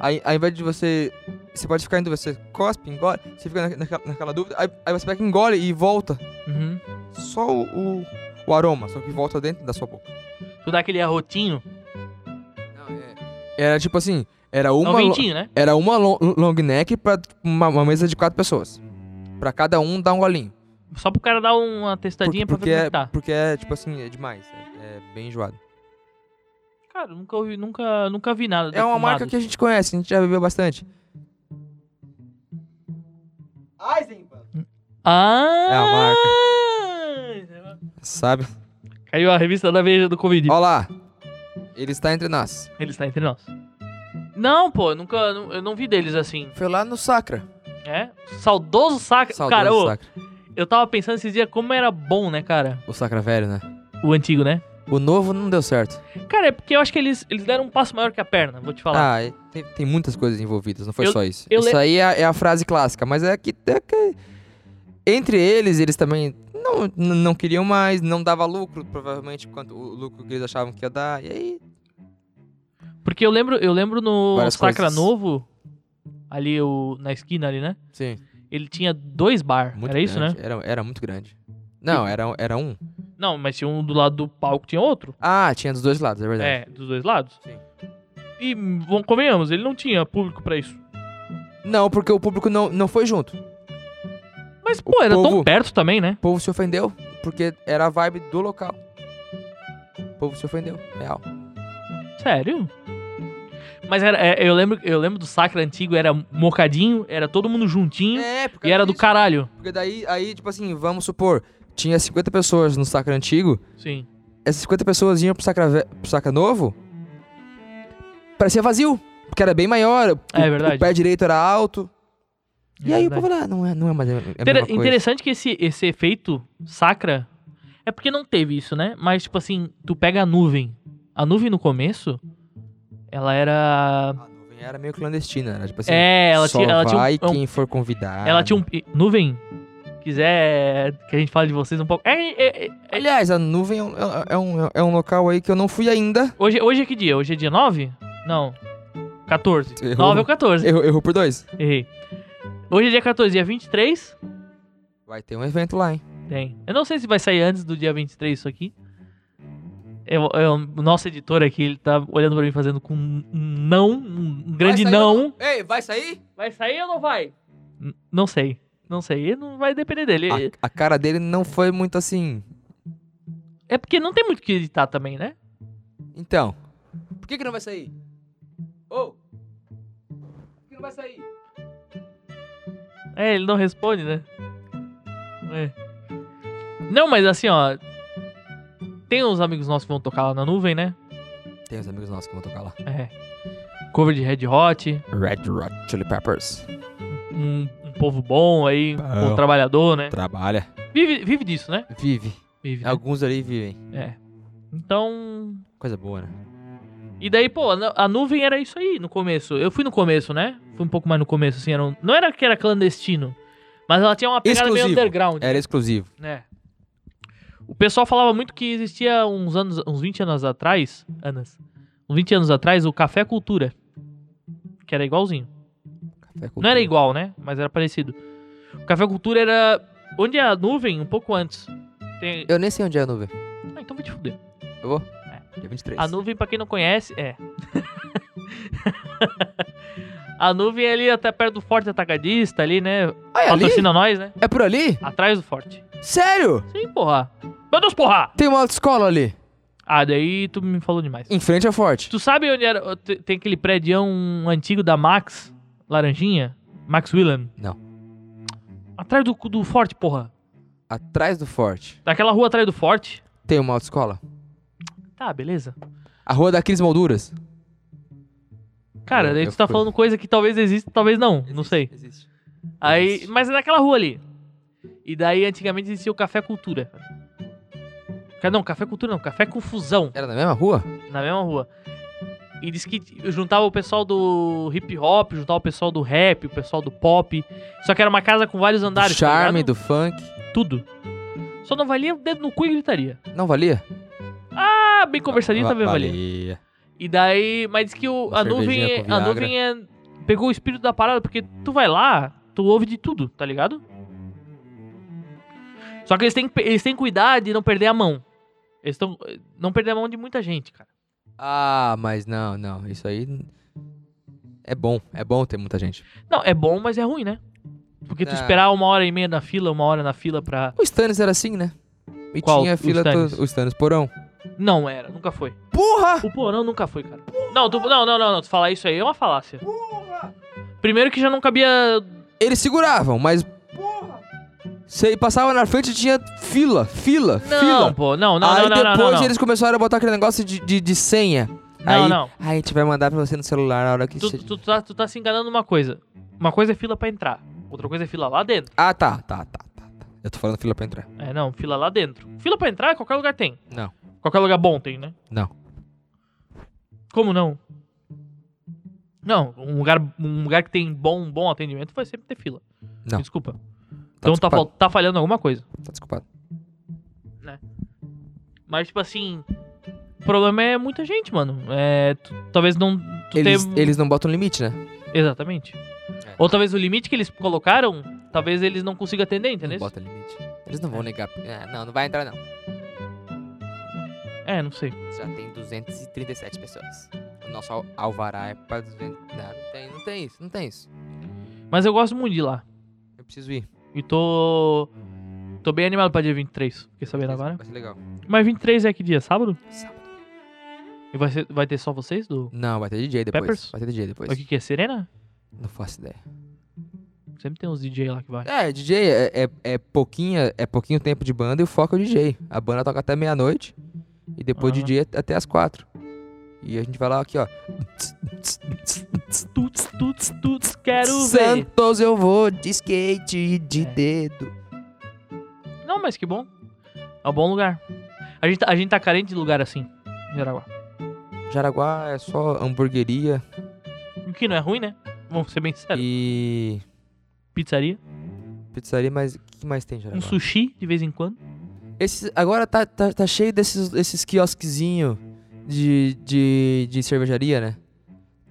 Speaker 2: Aí, ao invés de você. Você pode ficar indo, você cospe, engole, você fica na- naquela, naquela dúvida, aí, aí você pega, e engole e volta.
Speaker 1: Uhum.
Speaker 2: Só o, o, o aroma, só que volta dentro da sua boca.
Speaker 1: Tu dá aquele arrotinho.
Speaker 2: Era tipo assim, era
Speaker 1: É um
Speaker 2: uma. lo-
Speaker 1: ventinho, né?
Speaker 2: Era uma lo- long neck pra uma, uma mesa de quatro pessoas. Pra cada um dar um golinho.
Speaker 1: Só pro cara dar uma testadinha
Speaker 2: Por- porque,
Speaker 1: pra ver como é que
Speaker 2: é,
Speaker 1: tá.
Speaker 2: porque é, tipo assim, é demais. É, é bem enjoado.
Speaker 1: Cara, nunca, ouvi, nunca, nunca vi nada.
Speaker 2: É uma marca que a gente conhece, a gente já bebeu bastante. Eisenbahn.
Speaker 1: Ah!
Speaker 2: É uma
Speaker 1: marca.
Speaker 2: Sabe?
Speaker 1: Caiu a revista da Veja do Covid.
Speaker 2: Olha lá. Ele está entre nós.
Speaker 1: Ele está entre nós. Não, pô, eu nunca. nu- Eu não vi deles assim.
Speaker 2: Foi lá no Sacra.
Speaker 1: É? Saudoso Sacra.
Speaker 2: Saudoso
Speaker 1: cara, ô,
Speaker 2: Sacra.
Speaker 1: eu tava pensando esses dias como era bom, né, cara?
Speaker 2: O Sacra velho, né?
Speaker 1: O antigo, né?
Speaker 2: O novo não deu certo.
Speaker 1: Cara, é porque eu acho que eles, eles deram um passo maior que a perna, vou te falar.
Speaker 2: Ah, e tem, tem muitas coisas envolvidas, não foi
Speaker 1: Eu-
Speaker 2: só isso.
Speaker 1: eu
Speaker 2: isso
Speaker 1: le-
Speaker 2: aí é, a- é a frase clássica, mas é que, é que- Entre eles, eles também não, n- não queriam mais, não dava lucro, provavelmente, quanto o lucro que eles achavam que ia dar. E aí.
Speaker 1: Porque eu lembro, eu lembro no
Speaker 2: Ah. Várias
Speaker 1: Sacra
Speaker 2: coisas.
Speaker 1: Novo, ali o, na esquina ali, né?
Speaker 2: Sim.
Speaker 1: Ele tinha dois bar,
Speaker 2: Muito
Speaker 1: era isso, né?
Speaker 2: grande, Era, era muito grande. Não, era, era um.
Speaker 1: Não, mas tinha um do lado do palco, tinha outro.
Speaker 2: Ah, tinha dos dois lados, é verdade.
Speaker 1: É, dos dois lados.
Speaker 2: Sim.
Speaker 1: E, bom, convenhamos, ele não tinha público pra isso.
Speaker 2: Não, porque o público não, não foi junto.
Speaker 1: Mas,
Speaker 2: O
Speaker 1: pô, era tão
Speaker 2: povo-
Speaker 1: perto também, né?
Speaker 2: O povo se ofendeu, porque era a vibe do local. O povo se ofendeu, real.
Speaker 1: Sério? Mas era, é, eu, lembro, eu lembro do Sacra antigo, era mocadinho, era todo mundo juntinho
Speaker 2: É, porque
Speaker 1: e era do caralho.
Speaker 2: Porque daí, aí, tipo assim, vamos supor, tinha 50 pessoas no Sacra Antigo,
Speaker 1: Sim.
Speaker 2: essas 50 pessoas iam pro Sacra, ve- pro sacra Novo, parecia vazio, porque era bem maior, o,
Speaker 1: É verdade.
Speaker 2: o pé direito era alto, e
Speaker 1: é
Speaker 2: aí
Speaker 1: verdade.
Speaker 2: o povo lá, não é, não é mais a, a
Speaker 1: Inter-
Speaker 2: mesma coisa.
Speaker 1: interessante que esse, esse efeito sacra é porque não teve isso, né? Mas, tipo assim, tu pega a nuvem. A nuvem no começo, ela era.
Speaker 2: A nuvem era meio clandestina, era tipo assim,
Speaker 1: é, ela
Speaker 2: só
Speaker 1: tinha. Ela
Speaker 2: vai
Speaker 1: tinha um,
Speaker 2: quem for convidado.
Speaker 1: ela tinha um. Nuvem, quiser que a gente fale de vocês um pouco. É, é, é, é-
Speaker 2: Aliás, a nuvem é um, é, um, é um local aí que eu não fui ainda.
Speaker 1: hoje, hoje é que dia? Hoje é dia 9? Não. 14.
Speaker 2: Errou.
Speaker 1: 9 ou 14.
Speaker 2: Errou, errou por dois.
Speaker 1: Errei. Hoje é dia 14, dia 23.
Speaker 2: Vai ter um evento lá, hein?
Speaker 1: Tem. Eu não sei se vai sair antes do dia 23 isso aqui. Eu, eu- o nosso editor aqui, ele tá olhando pra mim fazendo com um não, um grande
Speaker 2: Vai sair
Speaker 1: não.
Speaker 2: ou Ei, vai sair?
Speaker 1: Vai sair ou não vai? N- não sei. Não sei. Não vai depender dele. É-
Speaker 2: A, a cara dele não foi muito assim.
Speaker 1: É porque não tem muito o que editar também, né?
Speaker 2: Então. Por que, que não vai sair? Ou. Por que não vai sair?
Speaker 1: É, ele não responde, né? É. Não, mas assim, ó. Tem uns amigos nossos que vão tocar lá na nuvem, né?
Speaker 2: Tem uns amigos nossos que vão tocar lá.
Speaker 1: É. Cover de Red Hot.
Speaker 2: Red Hot Chili Peppers.
Speaker 1: um, um povo bom aí, um
Speaker 2: Bom.
Speaker 1: bom trabalhador, né?
Speaker 2: Trabalha.
Speaker 1: Vive, vive disso, né?
Speaker 2: Vive.
Speaker 1: Vive. né?
Speaker 2: Alguns ali vivem.
Speaker 1: É. Então.
Speaker 2: Coisa boa, né?
Speaker 1: E daí, pô, a nu- a nuvem era isso aí no começo. Eu fui no começo, né? Fui um pouco mais no começo, assim. Era um- Não era que era clandestino, mas ela tinha uma pegada meio
Speaker 2: Exclusivo. É.
Speaker 1: underground,
Speaker 2: Era exclusivo.
Speaker 1: né? O pessoal falava muito que existia uns anos, uns 20 anos atrás, anos, uns 20 anos atrás, o Café Cultura, que era igualzinho.
Speaker 2: Café com
Speaker 1: Não era
Speaker 2: tudo.
Speaker 1: igual, né? Mas era parecido. O Café Cultura era. Onde é a nuvem? Um pouco antes. Tem-
Speaker 2: Eu nem sei onde é a nuvem.
Speaker 1: Ah, então vou te fuder.
Speaker 2: Eu vou? Dia 23.
Speaker 1: É. A nuvem, pra quem não conhece, é. a nuvem é ali até perto do Forte Atacadista, ali, né?
Speaker 2: Ah, é ali?
Speaker 1: Patrocina nós, né?
Speaker 2: É por ali?
Speaker 1: Atrás do Forte.
Speaker 2: Sério?
Speaker 1: Sim, porra. Meu Deus, porra!
Speaker 2: Tem uma autoescola ali.
Speaker 1: Ah, daí tu me falou demais.
Speaker 2: Em frente ao forte.
Speaker 1: Tu sabe onde era. te- Tem aquele prédio um antigo da Max, Laranjinha? Max Willan?
Speaker 2: Não.
Speaker 1: Atrás do, do Forte, porra.
Speaker 2: Atrás do forte.
Speaker 1: Daquela rua atrás do Forte.
Speaker 2: Tem uma autoescola.
Speaker 1: Tá, beleza.
Speaker 2: A rua da Cris Molduras.
Speaker 1: Cara,
Speaker 2: Eu-
Speaker 1: daí
Speaker 2: eu
Speaker 1: tu tá
Speaker 2: fui.
Speaker 1: falando coisa que talvez exista, talvez não, não sei.
Speaker 2: Existe.
Speaker 1: Aí,
Speaker 2: existe.
Speaker 1: mas é naquela rua ali. E daí antigamente existia o Café Cultura. Ca- Não, Café Cultura não, Café Confusão,
Speaker 2: Era na mesma rua?
Speaker 1: na mesma rua. E disse que juntava o pessoal do hip hop, juntava o pessoal do rap, o pessoal do pop. Só que era uma casa com vários andares.
Speaker 2: do
Speaker 1: tá
Speaker 2: charme,
Speaker 1: ligado?
Speaker 2: do funk.
Speaker 1: Tudo. Só não valia o dedo no cu e gritaria.
Speaker 2: Não valia?
Speaker 1: Ah, bem conversadinho
Speaker 2: Va-
Speaker 1: também valia. E daí, mas diz que o,
Speaker 2: Uma
Speaker 1: a nuvem,
Speaker 2: cervejinha
Speaker 1: é-
Speaker 2: com
Speaker 1: a
Speaker 2: Viagra.
Speaker 1: nuvem é- pegou o espírito da parada, porque tu vai lá, tu ouve de tudo, tá ligado? Só que eles têm, que pe- eles têm que cuidar de não perder a mão. Eles estão não perder a mão de muita gente, cara.
Speaker 2: Ah, mas não, não. Isso aí. É bom, é bom ter muita gente.
Speaker 1: Não, é bom, mas é ruim, né? Porque tu
Speaker 2: Não.
Speaker 1: esperar uma hora e meia na fila, uma hora na fila pra...
Speaker 2: O Stannis era assim, né? E
Speaker 1: Qual?
Speaker 2: tinha
Speaker 1: O
Speaker 2: fila
Speaker 1: Stannis?
Speaker 2: do. O Stannis Porão.
Speaker 1: Não era, nunca foi.
Speaker 2: Porra!
Speaker 1: O porão nunca foi, cara. Não, tu, não, não, não, não, tu falar isso aí é uma falácia. Primeiro que já não cabia
Speaker 2: Eles seguravam, mas. Porra! Você passava na frente tinha fila, fila,
Speaker 1: Não,
Speaker 2: fila.
Speaker 1: pô, não, não,
Speaker 2: aí
Speaker 1: não, não,
Speaker 2: depois
Speaker 1: não, não.
Speaker 2: eles começaram a botar aquele negócio de, de, de senha.
Speaker 1: Não,
Speaker 2: aí,
Speaker 1: não.
Speaker 2: aí a gente vai mandar pra você no celular na hora que
Speaker 1: Tu,
Speaker 2: você.
Speaker 1: tu, tu tá, tu tá se enganando numa coisa. Uma coisa é fila pra entrar, outra coisa é fila lá dentro.
Speaker 2: Ah, tá, tá, tá, tá. tá. Eu tô falando fila pra entrar.
Speaker 1: É, não, fila lá dentro. Fila pra entrar, qualquer lugar tem.
Speaker 2: Não.
Speaker 1: Qualquer lugar bom tem, né?
Speaker 2: Não.
Speaker 1: Como não? Não, um lugar, um lugar que tem bom, bom atendimento vai sempre ter fila.
Speaker 2: Não.
Speaker 1: Me Desculpa. então tá,
Speaker 2: desculpado,
Speaker 1: fal- tá falhando alguma coisa.
Speaker 2: Tá desculpado.
Speaker 1: Mas, tipo assim, o problema é muita gente, mano. É, tu- talvez não. Tu um
Speaker 2: Eles,
Speaker 1: ter-
Speaker 2: eles não botam limite, né?
Speaker 1: Exatamente.
Speaker 2: É.
Speaker 1: Ou talvez o limite que eles colocaram, talvez eles não consigam atender,
Speaker 2: Não
Speaker 1: entendeu?
Speaker 2: bota limite. Eles não vão negar. Ah, não, não vai entrar, não.
Speaker 1: É, não sei.
Speaker 2: Já tem 237 pessoas. O nosso al- alvará é pra 200. Não, não tem, não tem isso, não tem isso.
Speaker 1: Mas eu gosto muito de ir lá.
Speaker 2: Eu preciso ir.
Speaker 1: E tô. Tô bem animado pra dia 23. Fiquei sabendo agora.
Speaker 2: Vai ser legal.
Speaker 1: Mas 23 é que dia? Sábado?
Speaker 2: Sábado.
Speaker 1: E vai, ser- vai ter só vocês do.
Speaker 2: Não, vai ter DJ depois.
Speaker 1: Peppers?
Speaker 2: Vai ter DJ depois.
Speaker 1: O que, que é? Serena?
Speaker 2: Não faço ideia.
Speaker 1: Sempre tem uns DJ lá que vai.
Speaker 2: É, DJ é, é, é pouquinha, é pouquinho tempo de banda e o foco é o DJ. A banda toca até meia-noite e depois o
Speaker 1: Aham.
Speaker 2: DJ at- até as quatro. E a gente vai lá aqui, ó.
Speaker 1: Tuts, tuts, tuts, quero ver.
Speaker 2: Santos eu vou de skate e de
Speaker 1: É.
Speaker 2: dedo.
Speaker 1: Não, mas que bom. É um bom lugar. A gente, tá- a gente tá carente de lugar assim, em Jaraguá.
Speaker 2: Jaraguá é só hamburgueria
Speaker 1: O que não é ruim, né? Vamos ser bem sérios.
Speaker 2: e
Speaker 1: Pizzaria.
Speaker 2: pizzaria, mas o que mais tem em Jaraguá?
Speaker 1: Um sushi de vez em quando.
Speaker 2: Esses- agora tá, tá, tá cheio desses esses quiosquezinhos de, de, de cervejaria, né?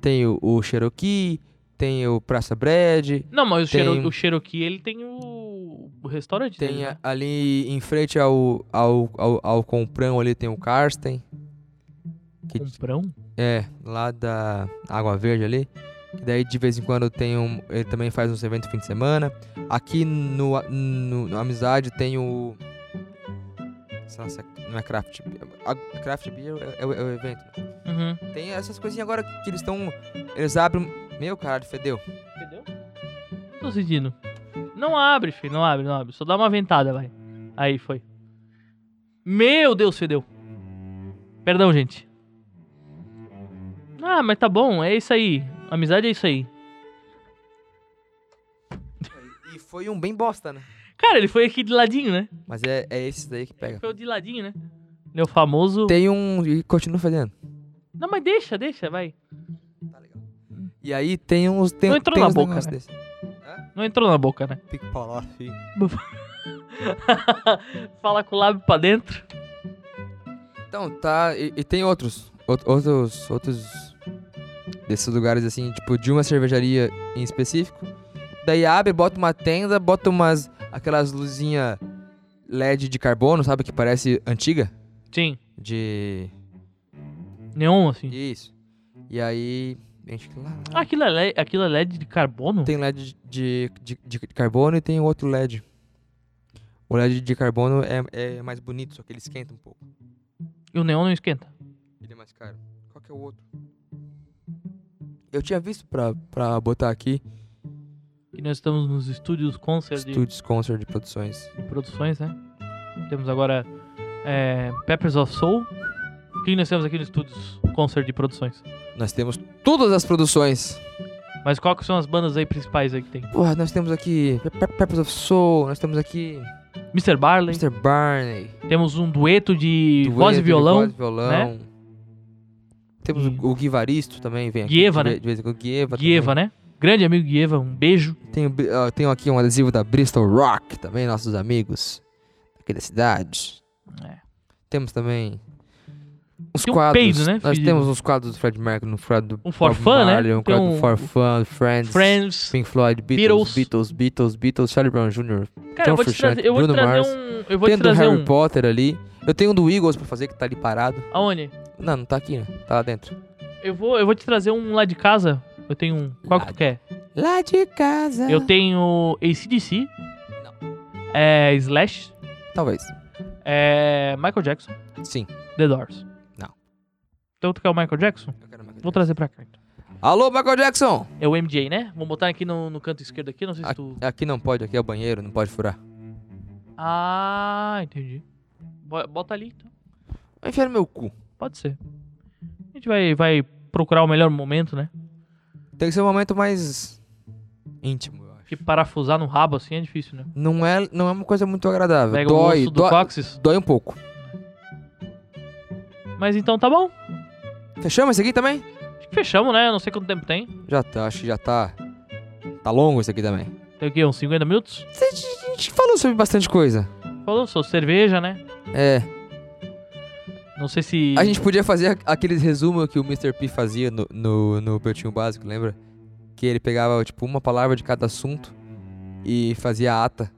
Speaker 2: Tem o, o Cherokee, tem o Praça Bread,
Speaker 1: Não, mas o,
Speaker 2: Tem-
Speaker 1: Chero- o Cherokee, ele tem o, o restaurante dele,
Speaker 2: tem a-
Speaker 1: né?
Speaker 2: ali em frente ao, ao, ao, ao Comprão ali tem o Karsten, que
Speaker 1: Comprão?
Speaker 2: é lá da Água Verde ali. E daí de vez em quando tem um. Ele também faz uns eventos fim de semana. Aqui no, A- no, no Amizade tem o. Nossa, não é Craft Beer. A a Craft Beer é, o- é o evento.
Speaker 1: Uhum.
Speaker 2: Tem essas coisinhas agora que eles estão. Eles abrem. Meu caralho, fedeu.
Speaker 1: Entendeu? Não tô sentindo. Não abre, filho. Não abre, não abre. Só dá uma ventada, vai. Aí foi. Meu Deus, fedeu. Perdão, gente. Ah, mas tá bom. É isso aí. Amizade é isso aí.
Speaker 2: E foi um bem bosta, né?
Speaker 1: Cara, ele foi aqui de ladinho, né?
Speaker 2: Mas é, é esses daí que pega.
Speaker 1: Foi o de ladinho, né? Meu famoso.
Speaker 2: Tem um. E continua fedendo.
Speaker 1: Não, mas deixa, deixa, vai.
Speaker 2: E aí tem uns. Tem,
Speaker 1: Não entrou
Speaker 2: tem
Speaker 1: na
Speaker 2: uns
Speaker 1: boca,
Speaker 2: negócios
Speaker 1: né?
Speaker 2: desse.
Speaker 1: Não entrou na boca, né?
Speaker 2: Pico pau lá, filho.
Speaker 1: Fala com o lábio pra dentro.
Speaker 2: Então, tá. E, e tem outros. out- Outros. Outros. Desses lugares assim, tipo, de uma cervejaria em específico. Daí abre, bota uma tenda, bota umas. Aquelas luzinhas LED de carbono, sabe? Que parece antiga.
Speaker 1: Sim.
Speaker 2: De.
Speaker 1: Neon, assim.
Speaker 2: Isso. E aí. Enche lá.
Speaker 1: Ah, aquilo é, le- aquilo é LED de carbono?
Speaker 2: Tem LED de, de, de carbono e tem outro LED. O LED de carbono é, é mais bonito, só que ele esquenta um pouco.
Speaker 1: E o neon não esquenta.
Speaker 2: Ele é mais caro. Qual que é o outro? Eu tinha visto pra, pra botar aqui
Speaker 1: E nós estamos nos estúdios concert de,
Speaker 2: Studios Concert de Produções.
Speaker 1: de produções, né? Temos agora é, Peppers of Soul. O que nós temos aqui nos estúdios concert de produções?
Speaker 2: Nós temos todas as produções.
Speaker 1: Mas qual que são as bandas aí principais aí que tem?
Speaker 2: Porra, nós temos aqui Pe- Pe- Peppers of Soul, nós temos aqui
Speaker 1: Mr. Barley.
Speaker 2: Mr. Barney.
Speaker 1: Temos um dueto de
Speaker 2: dueto
Speaker 1: voz e
Speaker 2: de
Speaker 1: violão. né?
Speaker 2: voz e violão. Temos
Speaker 1: E-
Speaker 2: o o Guivaristo também, vem aqui.
Speaker 1: Guieva,
Speaker 2: de
Speaker 1: né?
Speaker 2: vez- De vez em quando, Guieva.
Speaker 1: Guieva, né? Grande amigo Guieva, um beijo.
Speaker 2: também. Tem, o Bri- ó, tenho aqui um adesivo da Bristol Rock também, nossos amigos. Aqui da cidade.
Speaker 1: É.
Speaker 2: Temos também... Uns
Speaker 1: Tem um
Speaker 2: quadros.
Speaker 1: peido, né,
Speaker 2: Nós
Speaker 1: filho?
Speaker 2: temos uns quadros do Fred Mercury, um quadro do
Speaker 1: Um for
Speaker 2: Bob
Speaker 1: fun, né?
Speaker 2: Marley, Um
Speaker 1: Tem
Speaker 2: quadro do
Speaker 1: um-
Speaker 2: For Fun, Friends,
Speaker 1: Friends.
Speaker 2: Pink Floyd, Beatles,
Speaker 1: Beatles.
Speaker 2: Beatles, Beatles, Beatles, Charlie Brown Jr.
Speaker 1: Cara, eu vou te
Speaker 2: Frusciante,
Speaker 1: trazer, eu vou te
Speaker 2: Bruno
Speaker 1: trazer
Speaker 2: Mars.
Speaker 1: um. Eu vou te
Speaker 2: Tem um do
Speaker 1: trazer
Speaker 2: Harry
Speaker 1: um.
Speaker 2: Potter ali. Eu tenho um do Eagles pra fazer, que tá ali parado.
Speaker 1: Aonde?
Speaker 2: Não, não tá aqui, né? Tá lá dentro.
Speaker 1: Eu vou, eu vou te trazer um lá de casa. Eu tenho um. Qual
Speaker 2: Lá
Speaker 1: que tu quer?
Speaker 2: Lá de casa.
Speaker 1: Eu tenho ACDC. É. Slash.
Speaker 2: Talvez.
Speaker 1: É. Michael Jackson.
Speaker 2: Sim.
Speaker 1: The Doors.
Speaker 2: Não.
Speaker 1: Então tu quer o Michael Jackson?
Speaker 2: Eu quero
Speaker 1: Vou trazer pra cá. então.
Speaker 2: Alô, Michael Jackson!
Speaker 1: É o MJ, né? Vou botar aqui no, no canto esquerdo aqui, não sei se tu.
Speaker 2: A- Aqui não pode, aqui é o banheiro, não pode furar.
Speaker 1: Ah, entendi. Bo- Bota ali, então.
Speaker 2: Vai enfiar no meu cu.
Speaker 1: Pode ser. A gente vai, vai procurar o melhor momento, né?
Speaker 2: Tem que ser um momento mais íntimo, eu acho.
Speaker 1: Porque parafusar no rabo assim é difícil, né?
Speaker 2: Não é, não é uma coisa muito agradável.
Speaker 1: Pega o
Speaker 2: dói,
Speaker 1: osso do
Speaker 2: dói,
Speaker 1: cóccix.
Speaker 2: dói um pouco.
Speaker 1: Mas então tá bom.
Speaker 2: Fechamos esse aqui também?
Speaker 1: Acho que fechamos, né? Eu não sei quanto tempo tem.
Speaker 2: Já tá, acho que já tá. Tá longo esse aqui também.
Speaker 1: Tem o quê? Uns 50 minutos?
Speaker 2: A gente- a gente falou sobre bastante coisa.
Speaker 1: Falou, sou cerveja, né?
Speaker 2: É.
Speaker 1: Não sei se.
Speaker 2: A gente podia fazer a- aqueles resumos que o Mr. P fazia no, no, no Pretinho Básico, lembra? Que ele pegava, tipo, uma palavra de cada assunto e fazia a ata.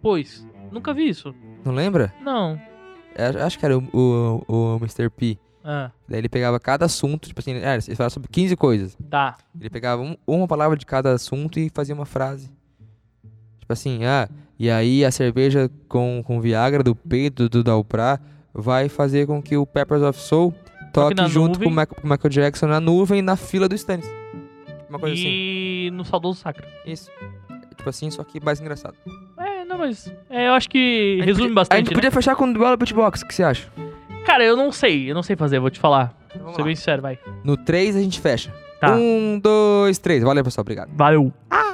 Speaker 1: Pois. Nunca vi isso.
Speaker 2: Não lembra?
Speaker 1: Não.
Speaker 2: É, acho que era o, o, o Mr. P.
Speaker 1: Ah,
Speaker 2: Daí ele pegava cada assunto, tipo assim, era, ele falava sobre 15 coisas.
Speaker 1: tá.
Speaker 2: Ele pegava um- uma palavra de cada assunto e fazia uma frase. Tipo assim, ah, e aí a cerveja com, com Viagra do Pedro, do Dalprá, vai fazer com que o Peppers of Soul toque
Speaker 1: na
Speaker 2: junto com o,
Speaker 1: nuvem.
Speaker 2: Mac- com o Michael Jackson na nuvem, na fila do Stannis. Uma coisa
Speaker 1: e no saudoso sacra.
Speaker 2: assim. Isso. Tipo assim, só que mais engraçado.
Speaker 1: É, não, mas. É, eu acho que
Speaker 2: A gente
Speaker 1: resume
Speaker 2: podia- A
Speaker 1: bastante.
Speaker 2: gente podia fechar com um duelo beatbox, o que você acha?
Speaker 1: né? Cara, eu não sei. Eu não sei fazer, vou te falar. Vou
Speaker 2: Então vamos
Speaker 1: ser
Speaker 2: lá.
Speaker 1: bem sincero, vai.
Speaker 2: No 3 a gente fecha.
Speaker 1: Tá.
Speaker 2: Um, dois, três. Valeu, pessoal. Obrigado.
Speaker 1: Valeu.
Speaker 2: Ah!